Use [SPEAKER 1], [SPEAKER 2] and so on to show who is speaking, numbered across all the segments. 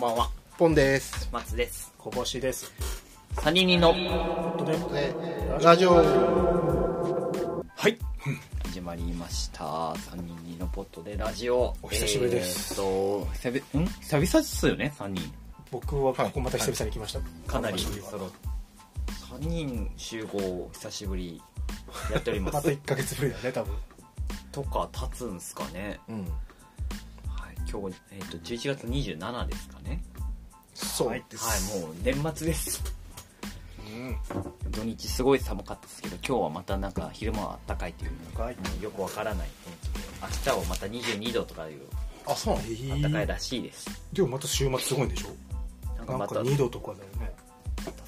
[SPEAKER 1] ばんは、
[SPEAKER 2] ポンです。
[SPEAKER 1] 松です。
[SPEAKER 3] こぼしです。
[SPEAKER 1] サニニの
[SPEAKER 2] ね、ラジオ、
[SPEAKER 3] はい。
[SPEAKER 1] 始まりました。サニニのポットでラジオ。お
[SPEAKER 3] 久しぶりです
[SPEAKER 1] えーっと、久々ん久々ですよね、3人。
[SPEAKER 3] 僕はここまた久々に来ました。
[SPEAKER 1] かなり
[SPEAKER 3] この
[SPEAKER 1] 揃
[SPEAKER 3] 場所には
[SPEAKER 1] っ3人集合、久しぶり、やっておりま
[SPEAKER 3] また
[SPEAKER 1] す。
[SPEAKER 3] 1ヶ月ぶりだね、多分。
[SPEAKER 1] とか、経つんすかね。
[SPEAKER 2] うん、
[SPEAKER 1] はい、今日、えーっと、11月27ですかね。
[SPEAKER 2] そう、
[SPEAKER 3] はい
[SPEAKER 1] はい、もう年末です。
[SPEAKER 3] うん。
[SPEAKER 1] 土日すごい寒かったですけど、今日はまたなんか昼間は暖かいというのが
[SPEAKER 3] はい。
[SPEAKER 1] よくわからない天気で、明日はまた22度とかいう
[SPEAKER 2] あ、そうなの
[SPEAKER 3] えー
[SPEAKER 1] 暖かいらしいです。
[SPEAKER 3] でもまた週末すごいんでしょ
[SPEAKER 1] なん
[SPEAKER 3] な
[SPEAKER 1] か
[SPEAKER 3] ん
[SPEAKER 1] ま
[SPEAKER 3] か
[SPEAKER 1] た
[SPEAKER 3] 2度とかだよね。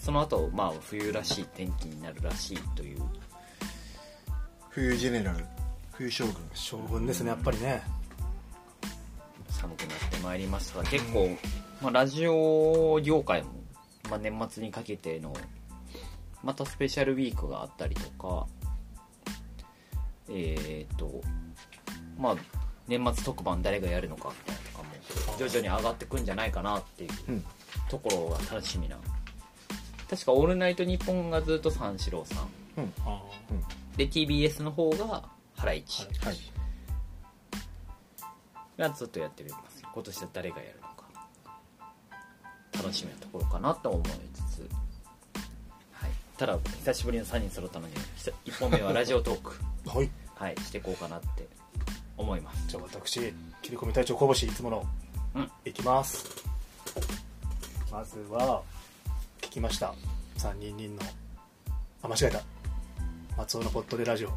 [SPEAKER 1] その後、まあ冬らしい天気になるらしいという。
[SPEAKER 2] 冬ジェネラル、冬将軍。
[SPEAKER 3] 将軍ですね、やっぱりね。
[SPEAKER 1] 寒くなってまいりましたが結構、まあ、ラジオ業界も、まあ、年末にかけてのまたスペシャルウィークがあったりとかえっ、とまあ年末特番誰がやるのかみたいなのとかも徐々に上がってくんじゃないかなっていう
[SPEAKER 2] うん
[SPEAKER 1] ところが楽しみな確か「オールナイトニッポン」がずっと三四郎さん
[SPEAKER 3] あ
[SPEAKER 1] で TBS の方がハライチ
[SPEAKER 3] ー
[SPEAKER 2] はい。
[SPEAKER 1] がずっとやっております今年は誰がやるのか楽しみなところかなと思いつつ、はい、ただ久しぶりの3人揃ったので1本目はラジオトー ク、
[SPEAKER 3] はい。はい。
[SPEAKER 1] はい、していこうかなって思います
[SPEAKER 3] じゃあ私、切り込み隊長こぼし、いつもの、
[SPEAKER 1] うん
[SPEAKER 3] いきます。まずは、聞きました。三人人の、あ、間違えた。松尾のポットでラジオ。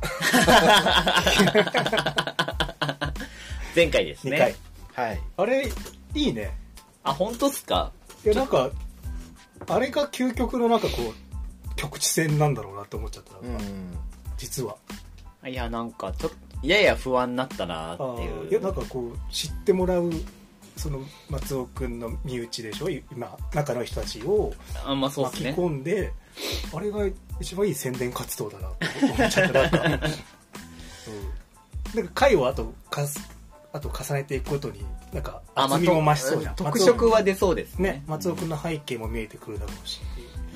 [SPEAKER 1] 前回です
[SPEAKER 3] 2
[SPEAKER 1] ね
[SPEAKER 3] 回。
[SPEAKER 2] はい。
[SPEAKER 3] あれ、いいね。
[SPEAKER 1] あ本当っすか
[SPEAKER 3] いやなんかあれが究極のなんかこう局地戦なんだろうなって思っちゃったな、
[SPEAKER 2] うん。
[SPEAKER 3] 実はい
[SPEAKER 1] やなんかちょっとやや不安になったな
[SPEAKER 3] あ
[SPEAKER 1] っていう
[SPEAKER 3] ーいやなんかこう知ってもらうその松尾君の身内でしょい今仲のいい人たちを
[SPEAKER 1] あんまあそうっ
[SPEAKER 3] 巻
[SPEAKER 1] す
[SPEAKER 3] き
[SPEAKER 1] ね
[SPEAKER 3] 込んであれが一番いい宣伝活動だなって思っちゃった なんか、うん、なんか回をあとかすあと重ねていくことになんか
[SPEAKER 1] あまあ
[SPEAKER 3] 厚みも増しそうじゃん、
[SPEAKER 1] 特色は出そうです
[SPEAKER 3] 松尾
[SPEAKER 1] ね
[SPEAKER 3] ね松尾君の背景も見えてくるだろうし、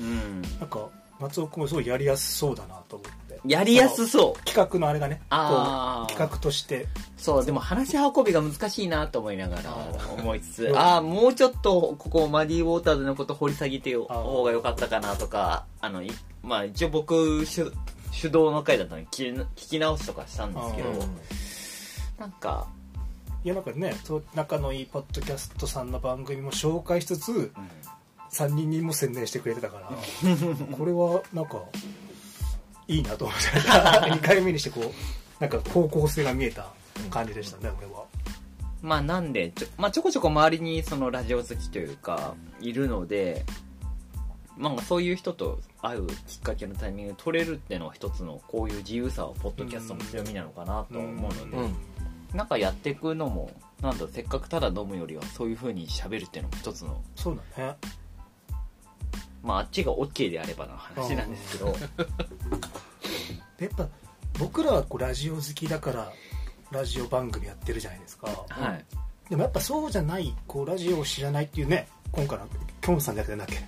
[SPEAKER 1] うん
[SPEAKER 3] なんか松尾君もすごいやりやすそうだなと思って
[SPEAKER 1] やりやすそう
[SPEAKER 3] 企画のあれがね
[SPEAKER 1] あー
[SPEAKER 3] こう企画として
[SPEAKER 1] そう、でも話し運びが難しいなと思いながら
[SPEAKER 3] あ
[SPEAKER 1] 思いつつ
[SPEAKER 3] う、ん
[SPEAKER 1] ああ、もうちょっとここマディウォーターズのこと掘り下げてよ
[SPEAKER 3] あー
[SPEAKER 1] 方が良かったかなとか、あの、いまあ一応僕主主導の回だったので聞き聞き直しとかしたんですけど
[SPEAKER 3] う、
[SPEAKER 1] なんか、
[SPEAKER 3] いやなんかねそう仲のいいポッドキャストさんの番組も紹介しつつ3人にも宣伝してくれて たからこれはなんかいいなと思っちゃった2回目にしてこうなんか方向性が見えた感じでしたね俺は
[SPEAKER 1] まあなんで、ちょ,、まあ、ちょこちょこ周りにそのラジオ好きというか、いるので、まあそういう人と会うきっかけのタイミングで取れるっていうのは一つのこういう自由さはポッドキャストの強みなのかなと思うので、
[SPEAKER 3] うん
[SPEAKER 2] うん。
[SPEAKER 1] なんかやっていくのも、なんだ、せっかくただ飲むよりは、そういう風に喋るっていうのも一つの、
[SPEAKER 3] そうだね
[SPEAKER 1] まあ、あっちが OK であればの話なんですけど、
[SPEAKER 3] でやっぱ僕らはこうラジオ好きだからラジオ番組やってるじゃないですか
[SPEAKER 1] はい。
[SPEAKER 3] でもやっぱそうじゃないこうラジオを知らないっていうね今回のきょんさんだけじゃなくて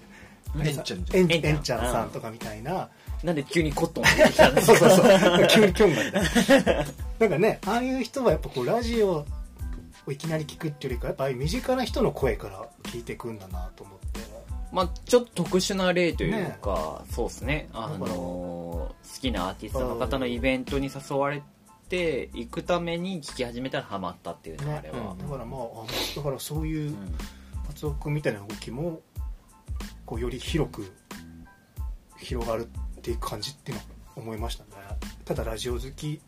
[SPEAKER 2] エンちゃん
[SPEAKER 3] え
[SPEAKER 2] じ
[SPEAKER 3] ん
[SPEAKER 1] えんちゃん
[SPEAKER 3] えんちゃんさんとかみたいな
[SPEAKER 1] なんで急にコットンが出てきたんです
[SPEAKER 3] そう
[SPEAKER 1] か
[SPEAKER 3] そうそう急にきょんがいたなんかねああいう人はやっぱこうラジオをいきなり聞くっていうよりかやっぱああいう身近な人の声から聞いてくんだなと思って
[SPEAKER 1] まあ、ちょっと特殊な例というか、 そうですね、あのー好きなアーティストの方のイベントに誘われて行くために聞き始めたらハマったっていう流れは、
[SPEAKER 3] ね
[SPEAKER 2] うん
[SPEAKER 3] だからまああだからそうい
[SPEAKER 1] う
[SPEAKER 3] う
[SPEAKER 1] ん
[SPEAKER 3] 松尾君みたいな動きもこうより広く広がるっていう感じっていうのは思いましたねただラジオ好き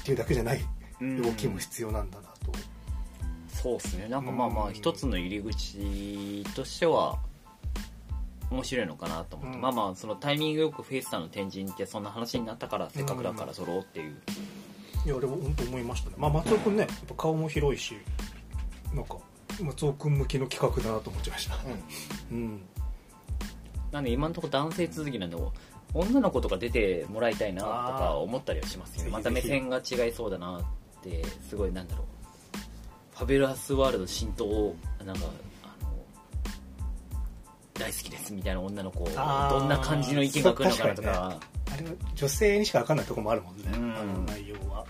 [SPEAKER 3] っていうだけじゃない
[SPEAKER 1] うん
[SPEAKER 3] 動きも必要なんだなと、
[SPEAKER 1] そうですねなんかまあま
[SPEAKER 3] う
[SPEAKER 1] あ
[SPEAKER 3] ん
[SPEAKER 1] 一つの入り口としては面白いのかなと思って、
[SPEAKER 3] うん
[SPEAKER 1] まあまあそのタイミングよくフェイスさんの天神ってそんな話になったからせっかくだから揃おうっていう、
[SPEAKER 3] いや俺も本当思いましたね、まあ、松尾君ねやっぱ顔も広いしなんか松尾君向きの企画だなと思っちゃいました
[SPEAKER 2] ゃん。
[SPEAKER 3] うん
[SPEAKER 1] なんで今のところ男性続きなんで女の子とか出てもらいたいなとか思ったりはしますけど
[SPEAKER 3] あー
[SPEAKER 1] また目線が違いそうだなってすごいなんだろうファベラスワールド浸透をなんか大好きですみたいな女の子ど
[SPEAKER 3] あー
[SPEAKER 1] んな感じの意見が来るのかなとか
[SPEAKER 3] あれは女性にしか分かんないとこもあるもんね、
[SPEAKER 1] うん
[SPEAKER 3] あの内容は、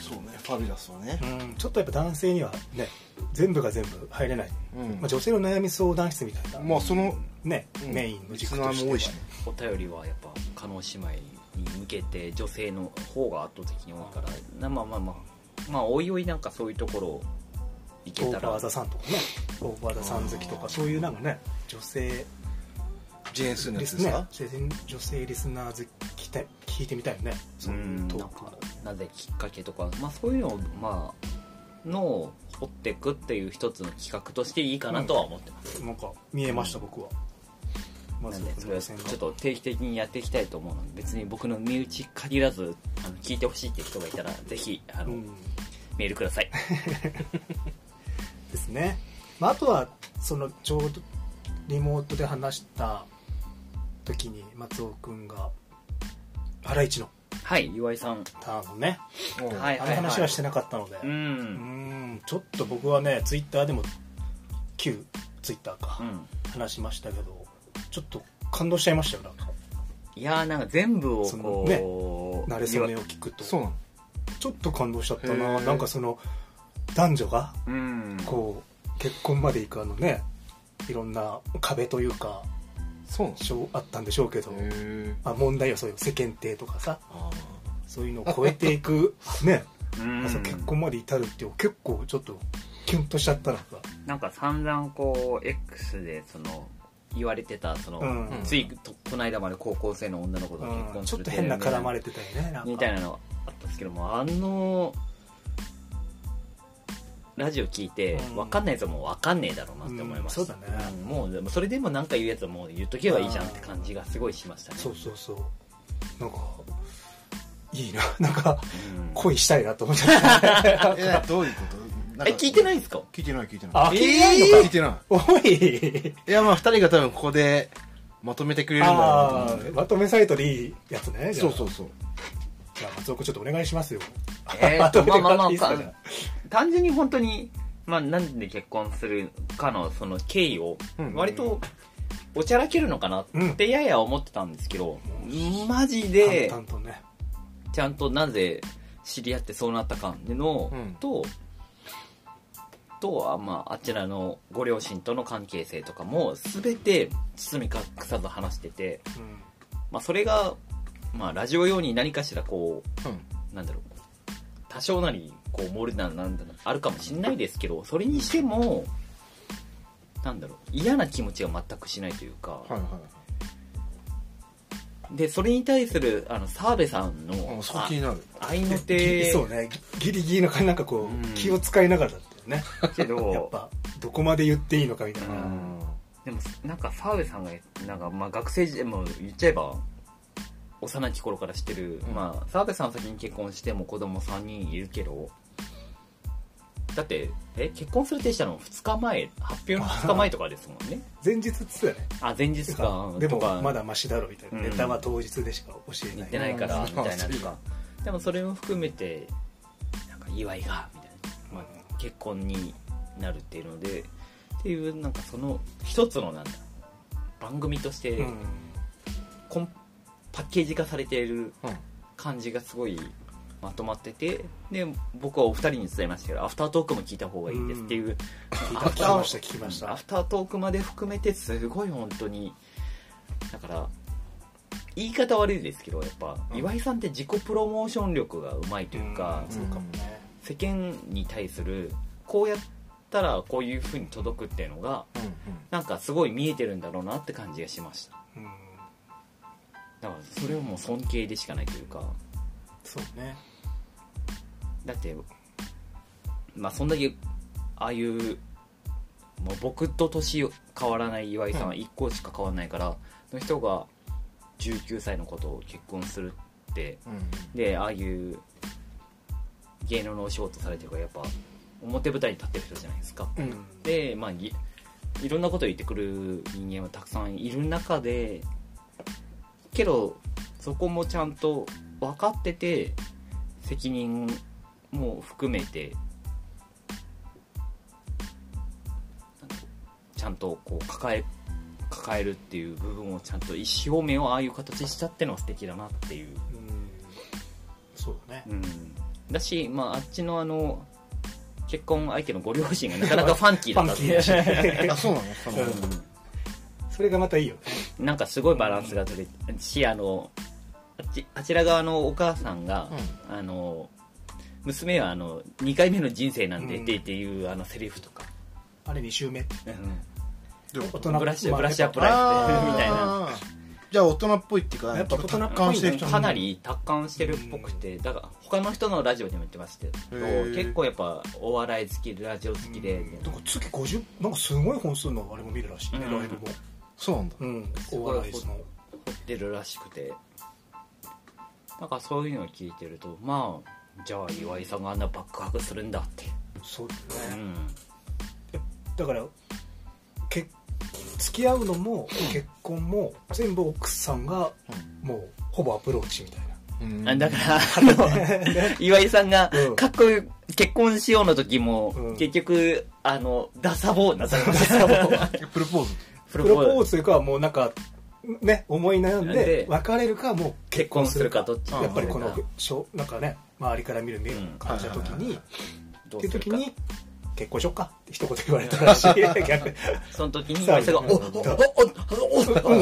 [SPEAKER 2] そうねファビュラスはね
[SPEAKER 3] うん、ちょっとやっぱ男性にはね全部が全部入れない、
[SPEAKER 2] うん
[SPEAKER 3] まあ、女性の悩み相談室みたいな、
[SPEAKER 2] まあその
[SPEAKER 3] ね、
[SPEAKER 2] うん
[SPEAKER 3] メインの
[SPEAKER 2] リ
[SPEAKER 3] 軸
[SPEAKER 2] ス
[SPEAKER 3] と
[SPEAKER 2] ナ
[SPEAKER 3] し
[SPEAKER 2] ー
[SPEAKER 3] て
[SPEAKER 2] も多
[SPEAKER 3] はい
[SPEAKER 2] しね
[SPEAKER 1] お便りはやっぱ加納姉妹に向けて女性の方が圧倒的に多いからなまあまあまあまあおいおいなんかそういうところをいけ
[SPEAKER 3] 大
[SPEAKER 1] たら
[SPEAKER 3] 和田さんとかね大和田さん好きと
[SPEAKER 2] あ
[SPEAKER 3] か
[SPEAKER 2] ー
[SPEAKER 3] そういうなんかね女性
[SPEAKER 2] ジェーン・スーの
[SPEAKER 3] リ
[SPEAKER 2] やつ
[SPEAKER 3] ス
[SPEAKER 2] です
[SPEAKER 3] ね
[SPEAKER 2] か
[SPEAKER 3] 女性リスナーズ聞きたい聞いてみたいよねそういうト
[SPEAKER 1] な
[SPEAKER 3] ー
[SPEAKER 1] ん
[SPEAKER 3] ク
[SPEAKER 1] かなぜきっかけとか、まあ、そういうのをまあのを掘っていくっていう一つの企画としていいかなとは思ってます、
[SPEAKER 3] なんか見えました僕はま
[SPEAKER 1] な
[SPEAKER 3] ず
[SPEAKER 1] んで
[SPEAKER 3] こ
[SPEAKER 1] そ
[SPEAKER 3] の
[SPEAKER 1] れは
[SPEAKER 3] 目
[SPEAKER 1] ち
[SPEAKER 3] 線が
[SPEAKER 1] ょっと定期的にやっていきたいと思うので別に僕の身内限らずあの聞いてほしいって人がいたらぜひあの、
[SPEAKER 3] うん
[SPEAKER 1] メールください
[SPEAKER 3] ですね、まあ、あとはそのちょうどリモートで話した時に松尾君がハライチの
[SPEAKER 1] はい岩井さん
[SPEAKER 3] ターンのね
[SPEAKER 2] うん
[SPEAKER 1] はい
[SPEAKER 3] あの話はしてなかったので、
[SPEAKER 1] う
[SPEAKER 3] うんんちょっと僕はねツイッターでも旧ツイッターか、
[SPEAKER 1] うん
[SPEAKER 3] 話しましたけどちょっと感動しちゃいましたよなんか
[SPEAKER 1] いやーなんか全部を
[SPEAKER 3] その
[SPEAKER 1] こう
[SPEAKER 3] 慣れ初めを聞くと
[SPEAKER 2] そうなの
[SPEAKER 3] ちょっと感動しちゃった
[SPEAKER 2] へ
[SPEAKER 3] な
[SPEAKER 2] ー
[SPEAKER 3] なんかその男女が
[SPEAKER 1] うん
[SPEAKER 3] こう結婚までいくあのねいろんな壁というか
[SPEAKER 2] そうな
[SPEAKER 3] しょうあったんでしょうけど
[SPEAKER 2] のへえ
[SPEAKER 3] まあ、問題はそういう世間体とかさ
[SPEAKER 2] あ
[SPEAKER 3] そういうのを超えていくね、
[SPEAKER 1] うん
[SPEAKER 3] そう結婚まで至るっていう結構ちょっとキュンとしちゃったのが、
[SPEAKER 1] なんか散々こう X でその言われてたその、
[SPEAKER 3] うん
[SPEAKER 2] うん
[SPEAKER 1] ついとこの間まで高校生の女の子と結
[SPEAKER 3] うん
[SPEAKER 1] 婚
[SPEAKER 3] ち
[SPEAKER 1] す
[SPEAKER 3] ょっ
[SPEAKER 1] る
[SPEAKER 3] と変な絡ま
[SPEAKER 1] れ
[SPEAKER 3] れてたよねなんか
[SPEAKER 1] みたいなのあったんですけどもあのラジオ聞いて
[SPEAKER 3] うん
[SPEAKER 1] 分かんないやつはもう分かんねえだろうなって思いました、
[SPEAKER 3] うんそうだね
[SPEAKER 1] んもうでもそれでも何か言うやつはもう言っとけばいいじゃんって感じがすごいしましたね
[SPEAKER 3] そうそうそうなんかいいな なんか
[SPEAKER 1] うん
[SPEAKER 3] 恋したいなと思っちゃったね
[SPEAKER 2] あえどういうことな
[SPEAKER 1] え
[SPEAKER 2] んか
[SPEAKER 1] 聞いてないんですか
[SPEAKER 2] 聞いてない聞いてない
[SPEAKER 3] あ
[SPEAKER 1] えー
[SPEAKER 3] 聞いてないのか
[SPEAKER 2] 聞いてない
[SPEAKER 3] お
[SPEAKER 2] い
[SPEAKER 3] い
[SPEAKER 2] やまあ二人が多分ここでまとめてくれるんだろうなと思う
[SPEAKER 3] あ
[SPEAKER 2] んだ
[SPEAKER 3] ー
[SPEAKER 2] よ
[SPEAKER 3] まとめサイトでいいやつね
[SPEAKER 2] そうそううそう
[SPEAKER 3] じゃあ松尾君ちょっとお願いしますよ
[SPEAKER 1] えーと
[SPEAKER 3] ま
[SPEAKER 1] ま
[SPEAKER 3] あ
[SPEAKER 1] あ
[SPEAKER 3] ま
[SPEAKER 1] ま
[SPEAKER 3] あ
[SPEAKER 1] あ
[SPEAKER 3] ま
[SPEAKER 1] ま
[SPEAKER 3] あ
[SPEAKER 1] あ単純に本当に、まあ、なんで結婚するかのその経緯を
[SPEAKER 2] うん
[SPEAKER 1] 割とおちゃらけるのかなってやや思ってたんですけど、マジで
[SPEAKER 3] 淡々とね
[SPEAKER 1] ちゃんとなぜ知り合ってそうなったかっていうの
[SPEAKER 2] うん
[SPEAKER 1] と、とはまああちらのご両親との関係性とかも全て包み隠さず話してて、
[SPEAKER 3] うん
[SPEAKER 1] まあ、それが、まあ、ラジオ用に何かしらこう
[SPEAKER 2] うん
[SPEAKER 1] なんだろう、多少なり、こう、漏れな、なんだろう、あるかもしれないですけど、それにしても、なんだろう、嫌な気持ちが全くしないというか、
[SPEAKER 2] はいは
[SPEAKER 1] で、それに対する、あの、澤部さん
[SPEAKER 2] い
[SPEAKER 1] の
[SPEAKER 2] あ、そこ気になる
[SPEAKER 1] あ愛の
[SPEAKER 3] ぎ
[SPEAKER 1] 手
[SPEAKER 3] そうねギリギリのかなんかこ
[SPEAKER 1] う
[SPEAKER 3] う、
[SPEAKER 1] ん
[SPEAKER 3] 気を使いながらだったよね
[SPEAKER 1] け
[SPEAKER 3] やっ
[SPEAKER 1] ど、
[SPEAKER 3] ぱどこまで言っていいのかみたいな、
[SPEAKER 1] う
[SPEAKER 2] うんん
[SPEAKER 1] でも、なんか澤部さんが、なんか、まあ、学生時代、もう言っちゃえば、幼き頃から知ってる、
[SPEAKER 2] うん
[SPEAKER 1] まあ、澤部さん先に結婚しても子供3人いるけど、だって、え、結婚するってしたの2日前、発表の2日前とかですもんね。
[SPEAKER 3] 前日っつってたよね
[SPEAKER 1] あ前日か
[SPEAKER 3] でも
[SPEAKER 1] とか
[SPEAKER 3] まだマシだろみたいな、
[SPEAKER 1] うん
[SPEAKER 3] ネタは当日でしか教え
[SPEAKER 1] 言
[SPEAKER 3] な
[SPEAKER 1] っ
[SPEAKER 3] い
[SPEAKER 1] てないから
[SPEAKER 2] うん
[SPEAKER 1] みたいなとかでもそれも含めてなんか祝いがみたいな、まあ、結婚になるっていうのでっていうなんかその一つのなんだ番組として
[SPEAKER 3] うん
[SPEAKER 1] コン、パッケージ化されている
[SPEAKER 2] うん
[SPEAKER 1] 感じがすごいまとまっててで僕はお二人に伝えましたけどアフタートークも聞いた方がいいですっていう、
[SPEAKER 3] 聞いた
[SPEAKER 1] ア
[SPEAKER 3] 聞
[SPEAKER 1] フ
[SPEAKER 3] き
[SPEAKER 1] ター
[SPEAKER 3] ました聞きまし
[SPEAKER 1] ア
[SPEAKER 3] た
[SPEAKER 1] フタートークまで含めてすごい本当にだから言い方悪いですけどやっぱ、
[SPEAKER 2] うん
[SPEAKER 1] 岩井さんって自己プロモーション力がうまいというか、
[SPEAKER 3] んそうかもね、
[SPEAKER 1] 世間に対するこうやったらこういう風に届くっていうのが
[SPEAKER 2] うん
[SPEAKER 1] なんかすごい見えてるんだろうなって感じがしました
[SPEAKER 3] うん
[SPEAKER 1] だからそれはもう尊敬でしかないというか
[SPEAKER 3] そうね
[SPEAKER 1] だってまあそんだけああいうもう僕と年変わらない岩井さんは1個しか変わらないから、の人が19歳の子と結婚するって
[SPEAKER 2] うんうん
[SPEAKER 1] でああいう芸能のお仕事されてるからやっぱ表舞台に立ってる人じゃないですか
[SPEAKER 3] うん、
[SPEAKER 1] でまあいいろんなこと言ってくる人間はたくさんいる中でけどそこもちゃんと分かってて責任も含めてなんだろうちゃんとこう抱え抱えるっていう部分をちゃんと意思表明をああいう形にしたってのは素敵だなっていう、
[SPEAKER 3] うんそうだね
[SPEAKER 1] うん、だし、まあ、あっちのあの結婚相手のご両親がなかなかファンキーだ
[SPEAKER 3] パ
[SPEAKER 1] っ
[SPEAKER 3] ン
[SPEAKER 1] たって
[SPEAKER 3] キ
[SPEAKER 1] いう
[SPEAKER 3] ー
[SPEAKER 2] あそうなのその
[SPEAKER 3] うん それがまたいいよね
[SPEAKER 1] なんかすごいバランスが取れてしあのあっちあちら側のお母さんが、あの娘はあの2回目の人生なんで
[SPEAKER 3] うん
[SPEAKER 1] ってっていうあのセリフとか、
[SPEAKER 3] あれ2周目
[SPEAKER 2] どういう
[SPEAKER 3] 大
[SPEAKER 2] こ
[SPEAKER 3] 人
[SPEAKER 1] ブラッシュ
[SPEAKER 3] まあ
[SPEAKER 1] ブラッシュアップ
[SPEAKER 2] と
[SPEAKER 1] ライフってみたいな
[SPEAKER 2] あーじゃあ大人っぽいっていうか
[SPEAKER 3] やっぱ大人っぽ
[SPEAKER 2] 達観し
[SPEAKER 3] いね
[SPEAKER 2] てる人
[SPEAKER 1] かなり達観してるっぽくて、だから他の人のラジオでも言ってましたけど
[SPEAKER 2] へー
[SPEAKER 1] 結構やっぱお笑い好きラジオ好きで、
[SPEAKER 3] うんだから月50なんかすごい本数のあれも見るらしいね、
[SPEAKER 1] うん
[SPEAKER 3] ライブも
[SPEAKER 2] そうなんだ
[SPEAKER 3] うん
[SPEAKER 1] す
[SPEAKER 3] お
[SPEAKER 1] ごい
[SPEAKER 3] 笑いの
[SPEAKER 1] 出るらしくてだからそういうのを聞いてるとまあじゃあ岩井さんがあんなバックハグするんだって、
[SPEAKER 3] そうだ
[SPEAKER 1] う
[SPEAKER 3] ね、
[SPEAKER 1] ん、
[SPEAKER 3] だからけ付き合うのも結婚も全部奥さんがもうほぼアプローチみたいな
[SPEAKER 2] うん
[SPEAKER 1] あだから、あの、岩井さんが
[SPEAKER 3] うん、
[SPEAKER 1] かっこよく結婚しようの時も、
[SPEAKER 3] うん
[SPEAKER 1] 結局、あの、ダサボーなされまし
[SPEAKER 2] プロポーズ
[SPEAKER 1] プ
[SPEAKER 3] プロポーズというかもうなんかね思い悩ん
[SPEAKER 1] で
[SPEAKER 3] で別れるかもう
[SPEAKER 1] 結婚するかどっち
[SPEAKER 2] うん
[SPEAKER 3] やっぱりこの
[SPEAKER 1] ど
[SPEAKER 3] しょなんかね周りから見る目
[SPEAKER 1] うん
[SPEAKER 3] 感じた時に、っ
[SPEAKER 1] う
[SPEAKER 3] ていう
[SPEAKER 1] する
[SPEAKER 3] 時
[SPEAKER 1] か。
[SPEAKER 3] に結婚しよっかって一言言われたらし い逆に
[SPEAKER 1] その時に
[SPEAKER 3] さ
[SPEAKER 1] 岩
[SPEAKER 3] あ
[SPEAKER 1] 井さんが、お、お、お、お、お、お、お、お、お、う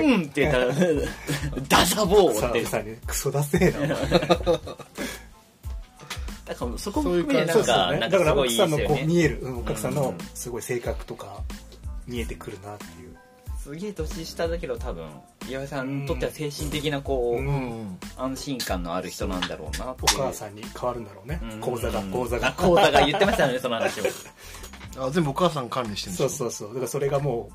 [SPEAKER 1] んって言ったら、ダサボー
[SPEAKER 3] さ
[SPEAKER 1] って
[SPEAKER 3] あ。さあねクソだせえな
[SPEAKER 1] だからそこも含めてな
[SPEAKER 3] そ
[SPEAKER 1] ん
[SPEAKER 3] うそう
[SPEAKER 1] か、
[SPEAKER 3] ね
[SPEAKER 1] なん
[SPEAKER 3] だ
[SPEAKER 1] か
[SPEAKER 3] か
[SPEAKER 1] す
[SPEAKER 3] ら
[SPEAKER 1] ごい
[SPEAKER 3] 奥
[SPEAKER 1] いい
[SPEAKER 3] さ
[SPEAKER 1] です
[SPEAKER 3] んの
[SPEAKER 1] よ
[SPEAKER 3] こう
[SPEAKER 1] ね。
[SPEAKER 3] 見える、うん、お客さん
[SPEAKER 1] う
[SPEAKER 3] の
[SPEAKER 1] ん
[SPEAKER 3] すごい性格とか見えてくるなっていう、
[SPEAKER 1] すげえ年下だけど多分、岩井さんにとっては精神的なこ
[SPEAKER 3] う
[SPEAKER 1] う、
[SPEAKER 2] うん
[SPEAKER 1] 安心感のある人なんだろうなって
[SPEAKER 3] お
[SPEAKER 1] いう。
[SPEAKER 3] 母さんに変わるんだろうね、
[SPEAKER 1] うん
[SPEAKER 3] 講座が講座が
[SPEAKER 1] 講座が言ってましたね、その話を。
[SPEAKER 2] あ全部お母さん管理してるん
[SPEAKER 3] そうそううそうだからそれがも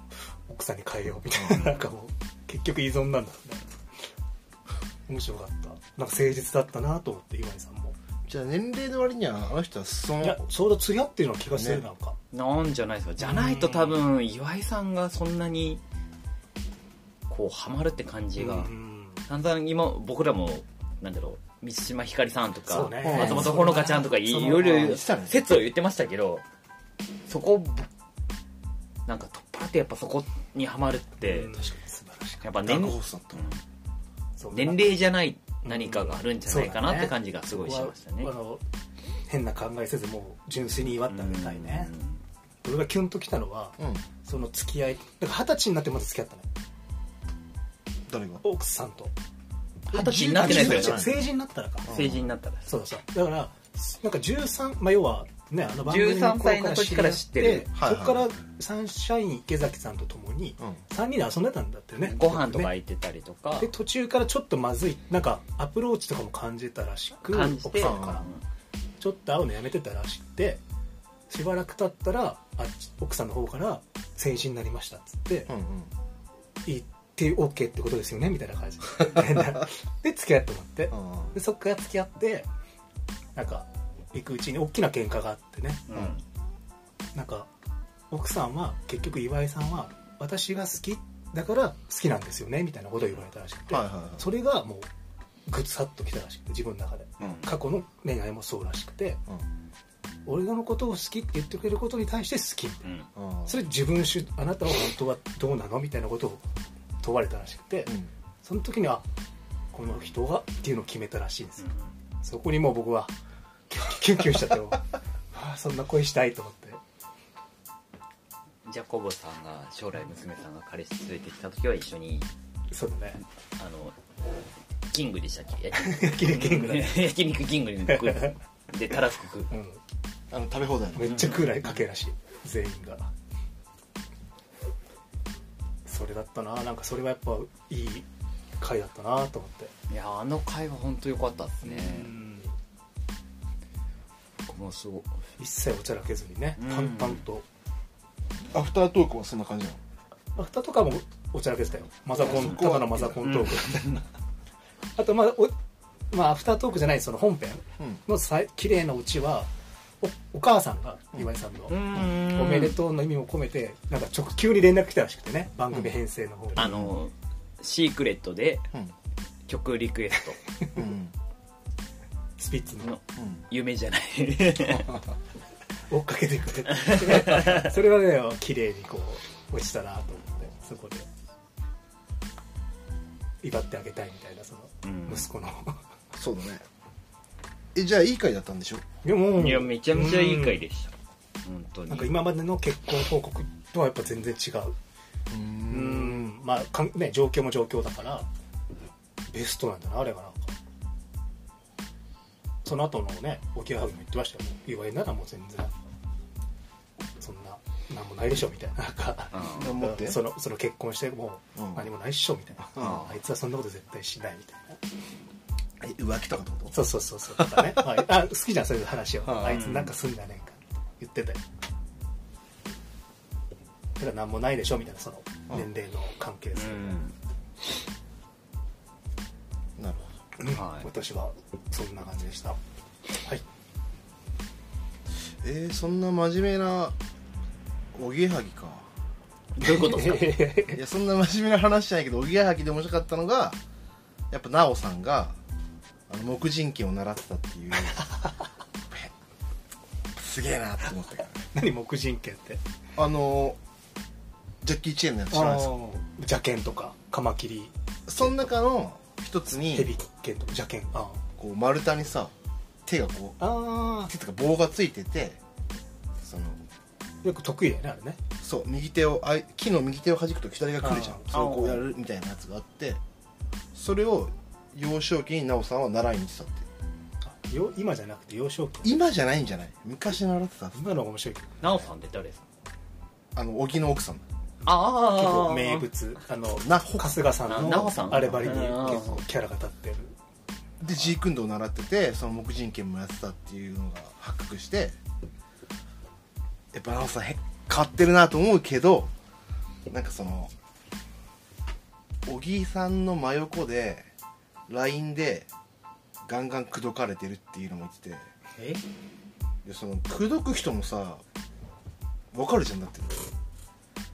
[SPEAKER 3] う奥さんに変えようみたい ななんかもう結局依存なんだろうね面白かったなんか誠実だったなと思って岩井さんも
[SPEAKER 2] じゃあ年齢の割にはあの人はそ
[SPEAKER 3] いや
[SPEAKER 2] の
[SPEAKER 3] ちょうど釣り合ってるような気がする、
[SPEAKER 2] ね
[SPEAKER 3] なんか
[SPEAKER 1] なんじゃないですかじゃないと多分岩井さんがそんなにこうハマるって感じが、
[SPEAKER 3] うん
[SPEAKER 1] 散々今僕らもなんだろう満島ひかりさんとか、
[SPEAKER 3] そうね
[SPEAKER 1] 松本穂香ちゃんとかい
[SPEAKER 2] そうね
[SPEAKER 1] ろ
[SPEAKER 2] そう
[SPEAKER 1] い
[SPEAKER 2] ね
[SPEAKER 1] ろ説を言ってましたけどそこをぶなんか取っ払ってやっぱそこにはまるって、
[SPEAKER 3] うん確かに素晴らしい
[SPEAKER 1] やっぱ
[SPEAKER 2] ダー
[SPEAKER 1] 年
[SPEAKER 2] クホースだった
[SPEAKER 3] そう
[SPEAKER 1] 年齢じゃない何かがあるんじゃないかなって感じがすごいしましたね
[SPEAKER 3] ここはあの変な考えせずもう純粋に祝ってあげたいね
[SPEAKER 1] うん
[SPEAKER 3] 俺がキュンときたのは
[SPEAKER 2] うん
[SPEAKER 3] その付き合いだから二十歳になってまた付き合ったの
[SPEAKER 2] 誰が
[SPEAKER 3] 奥さんと
[SPEAKER 1] 二十歳になってないで
[SPEAKER 3] 成
[SPEAKER 1] すよ
[SPEAKER 2] ね
[SPEAKER 3] 人になったらか
[SPEAKER 1] 成人になったら
[SPEAKER 3] そうそうだからなんか13まあ要はねあの番組
[SPEAKER 1] 13歳の時から知ってる
[SPEAKER 3] そ
[SPEAKER 2] はいはい
[SPEAKER 3] こからサンシャイン池崎さんと共に
[SPEAKER 2] うん
[SPEAKER 3] 3人で遊んでたんだってね
[SPEAKER 1] ご飯とか行ってたりとか
[SPEAKER 3] で途中からちょっとまずいなんかアプローチとかも感じたらしく
[SPEAKER 1] 感じて
[SPEAKER 3] 奥さんから
[SPEAKER 1] うん
[SPEAKER 3] ちょっと会うのやめてたらしくてしばらく経ったらあっち奥さんの方から「成人になりました」っつって
[SPEAKER 2] うんうん
[SPEAKER 3] 「いいって OK ってことですよね」みたいな感じ でで付き合ってもらって
[SPEAKER 2] あ
[SPEAKER 3] でそっから付き合ってなんか行くうちに大きな喧嘩があってね
[SPEAKER 1] うん
[SPEAKER 3] なんか奥さんは結局岩井さんは私が好きだから好きなんですよねみたいなことを言われたらしくて、
[SPEAKER 2] はいはいはい
[SPEAKER 3] それがもうグツッときたらしくて自分の中で
[SPEAKER 2] うん
[SPEAKER 3] 過去の恋愛もそうらしくて
[SPEAKER 2] うん
[SPEAKER 3] 俺のことを好きって言ってくれることに対して好き
[SPEAKER 1] うん
[SPEAKER 2] あー
[SPEAKER 3] それ自分主あなたは本当はどうなのみたいなことを問われたらしくて、
[SPEAKER 2] うん
[SPEAKER 3] その時にあこの人がっていうのを決めたらしいんですよ、
[SPEAKER 1] うん
[SPEAKER 3] そこにもう僕はキュンキュンしちゃってもう ああそんな恋したいと思って
[SPEAKER 1] ジャコボさんが将来娘さんが彼氏連れてきた時は一緒に
[SPEAKER 3] そうだね
[SPEAKER 1] あのキングでしたっけ
[SPEAKER 3] キング キングだね
[SPEAKER 1] 焼肉キングに行くでたらふく食う
[SPEAKER 3] うん
[SPEAKER 2] あの食べ放題の
[SPEAKER 3] めっちゃ食うらいかけらしい全員がそれだったななんかそれはやっぱいい回だったなと思って
[SPEAKER 1] いやあの会は本当良かったですね
[SPEAKER 3] うん
[SPEAKER 1] 僕もすごい
[SPEAKER 3] 一切おちゃらけずにね
[SPEAKER 1] うん
[SPEAKER 3] 淡々と
[SPEAKER 2] アフタートークはそんな感じなの
[SPEAKER 3] 蓋とかもおちゃらけてたよマザコ
[SPEAKER 2] いや
[SPEAKER 3] ン
[SPEAKER 2] そこは
[SPEAKER 3] ただのマザコントーク、 あとまあおまあアフタートークじゃないその本編
[SPEAKER 2] うん
[SPEAKER 3] のさ綺麗なオチはおお母さんが岩井さんの、
[SPEAKER 1] ん
[SPEAKER 3] おめでとうの意味も込めてなんか直急に連絡来たらしくてね番組編成の方に、
[SPEAKER 1] あのシークレットで
[SPEAKER 2] うん
[SPEAKER 1] 曲リクエス
[SPEAKER 2] うん
[SPEAKER 3] スピッツ
[SPEAKER 1] ト
[SPEAKER 3] の
[SPEAKER 1] の
[SPEAKER 2] うん
[SPEAKER 1] 夢じゃない
[SPEAKER 3] 追っかけてくれてそれはね綺麗にこう落ちたなと思ってそこで威張ってあげたいみたいなその
[SPEAKER 1] うん
[SPEAKER 3] 息子の
[SPEAKER 2] そうだねえじゃあいい回だったんでしょ
[SPEAKER 3] でも
[SPEAKER 1] いやめちゃめちゃいい回でした、本当に
[SPEAKER 3] なんか今までの結婚報告とはやっぱ全然違う
[SPEAKER 2] う
[SPEAKER 3] うんんまあかんね状況も状況だからベストなんだなあれがなんかその後のね沖縄ハグも言ってましたよ岩井ならもう全然そんな何もないでしょみたいななんか
[SPEAKER 1] うん
[SPEAKER 2] 思って
[SPEAKER 3] そのその結婚してもう
[SPEAKER 2] うん
[SPEAKER 3] 何もないっしょみたいな、
[SPEAKER 2] うん
[SPEAKER 3] あいつはそんなこと絶対しないみたいな
[SPEAKER 2] え浮気とかってこと
[SPEAKER 3] そうそうそうそうと かね、はい、あ好きじゃんそういう話を
[SPEAKER 2] うん
[SPEAKER 3] あいつなんかすんじゃねえか言ってたよだから何もないでしょみたいなその年齢の関係性、
[SPEAKER 2] なる
[SPEAKER 3] うん
[SPEAKER 1] はい
[SPEAKER 3] 私はそんな感じでしたはい
[SPEAKER 2] ほどえー、そんな真面目なおぎやはぎか
[SPEAKER 1] どういうことですか
[SPEAKER 2] いやそんな真面目な話じゃないけどおぎやはぎで面白かったのがやっぱ奈緒さんがあの木人剣を習ってたって いうすげえなって思ったけどね
[SPEAKER 3] 何黙人犬って
[SPEAKER 2] あのジャッキー・チェーンのやつ知らないですか
[SPEAKER 3] 邪剣とかカマキリ
[SPEAKER 2] その中の一つ
[SPEAKER 3] ヘ
[SPEAKER 2] に
[SPEAKER 3] ビ剣とか邪剣あ
[SPEAKER 2] こう丸太にさ手がこう
[SPEAKER 3] あ
[SPEAKER 2] 手とか棒がついててその
[SPEAKER 3] よく得意だよねあれね
[SPEAKER 2] そう右手をあい木の右手を弾くと左が来るじゃん
[SPEAKER 3] あ
[SPEAKER 2] それをこうやるみたいなやつがあってそれを幼少期に奈緒さんは習いに行ってたって
[SPEAKER 3] あよ今じゃなくて幼少期
[SPEAKER 2] 今じゃないんじゃない昔習ってた
[SPEAKER 3] 今のが面白いけど
[SPEAKER 1] なおさんって誰ですか
[SPEAKER 2] あの小木の奥さん
[SPEAKER 1] あ
[SPEAKER 3] 結構名物あの
[SPEAKER 2] なほ
[SPEAKER 3] 春日さん
[SPEAKER 1] あなおさ
[SPEAKER 3] の
[SPEAKER 1] ん
[SPEAKER 3] あればりに結
[SPEAKER 1] うん
[SPEAKER 3] 構キャラが立ってる
[SPEAKER 2] でジークンドーを習っててその木人剣もやってたっていうのが発覚してやっぱ奈緒さんへ変わってるなと思うけどなんかその小木さんの真横で LINE でガンガン口説かれてるっていうのも言ってて
[SPEAKER 1] え
[SPEAKER 2] でその口説く人もさわかるじゃんだって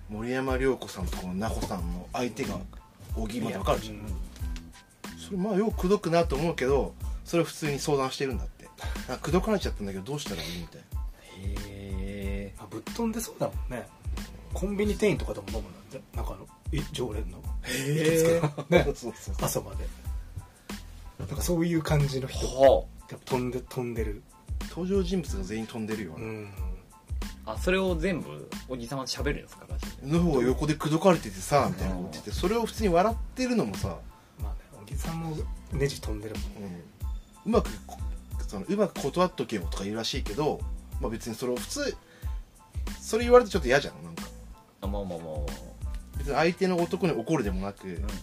[SPEAKER 2] 森山良子さんとこの奈穂さんの相手が小木までわかるじゃん
[SPEAKER 3] う
[SPEAKER 2] それまあよく口説くなと思うけどそれを普通に相談してるんだってなんか口説かれちゃったんだけどどうしたらいいみたいな
[SPEAKER 1] へ
[SPEAKER 3] あぶっ飛んでそうだもんねコンビニ店員とかでも飲むなんてなんかあのい常連の
[SPEAKER 2] へ
[SPEAKER 3] ね
[SPEAKER 2] そうそうそう
[SPEAKER 3] 朝までなんかそういう感じの
[SPEAKER 1] え
[SPEAKER 3] 人が
[SPEAKER 1] は
[SPEAKER 3] 飛んで飛んでる
[SPEAKER 2] 登場人物が全員飛んでるよう
[SPEAKER 3] う
[SPEAKER 2] な、
[SPEAKER 3] ん
[SPEAKER 1] ああそれを全部おじさんは喋るんですかラジ
[SPEAKER 2] の方が横で口説かれててさみたいなこと言っててそれを普通に笑ってるのもさ、
[SPEAKER 3] まあね小木さんもネジ飛んでるもん
[SPEAKER 2] うんうまくこそのうまく断っとけよとか言うらしいけど、まあ、別にそれを普通それ言われてちょっと嫌じゃんなんか
[SPEAKER 1] オまあまあまあまあ
[SPEAKER 2] 別に相手の男に怒るでもなく、
[SPEAKER 1] ん
[SPEAKER 2] なんか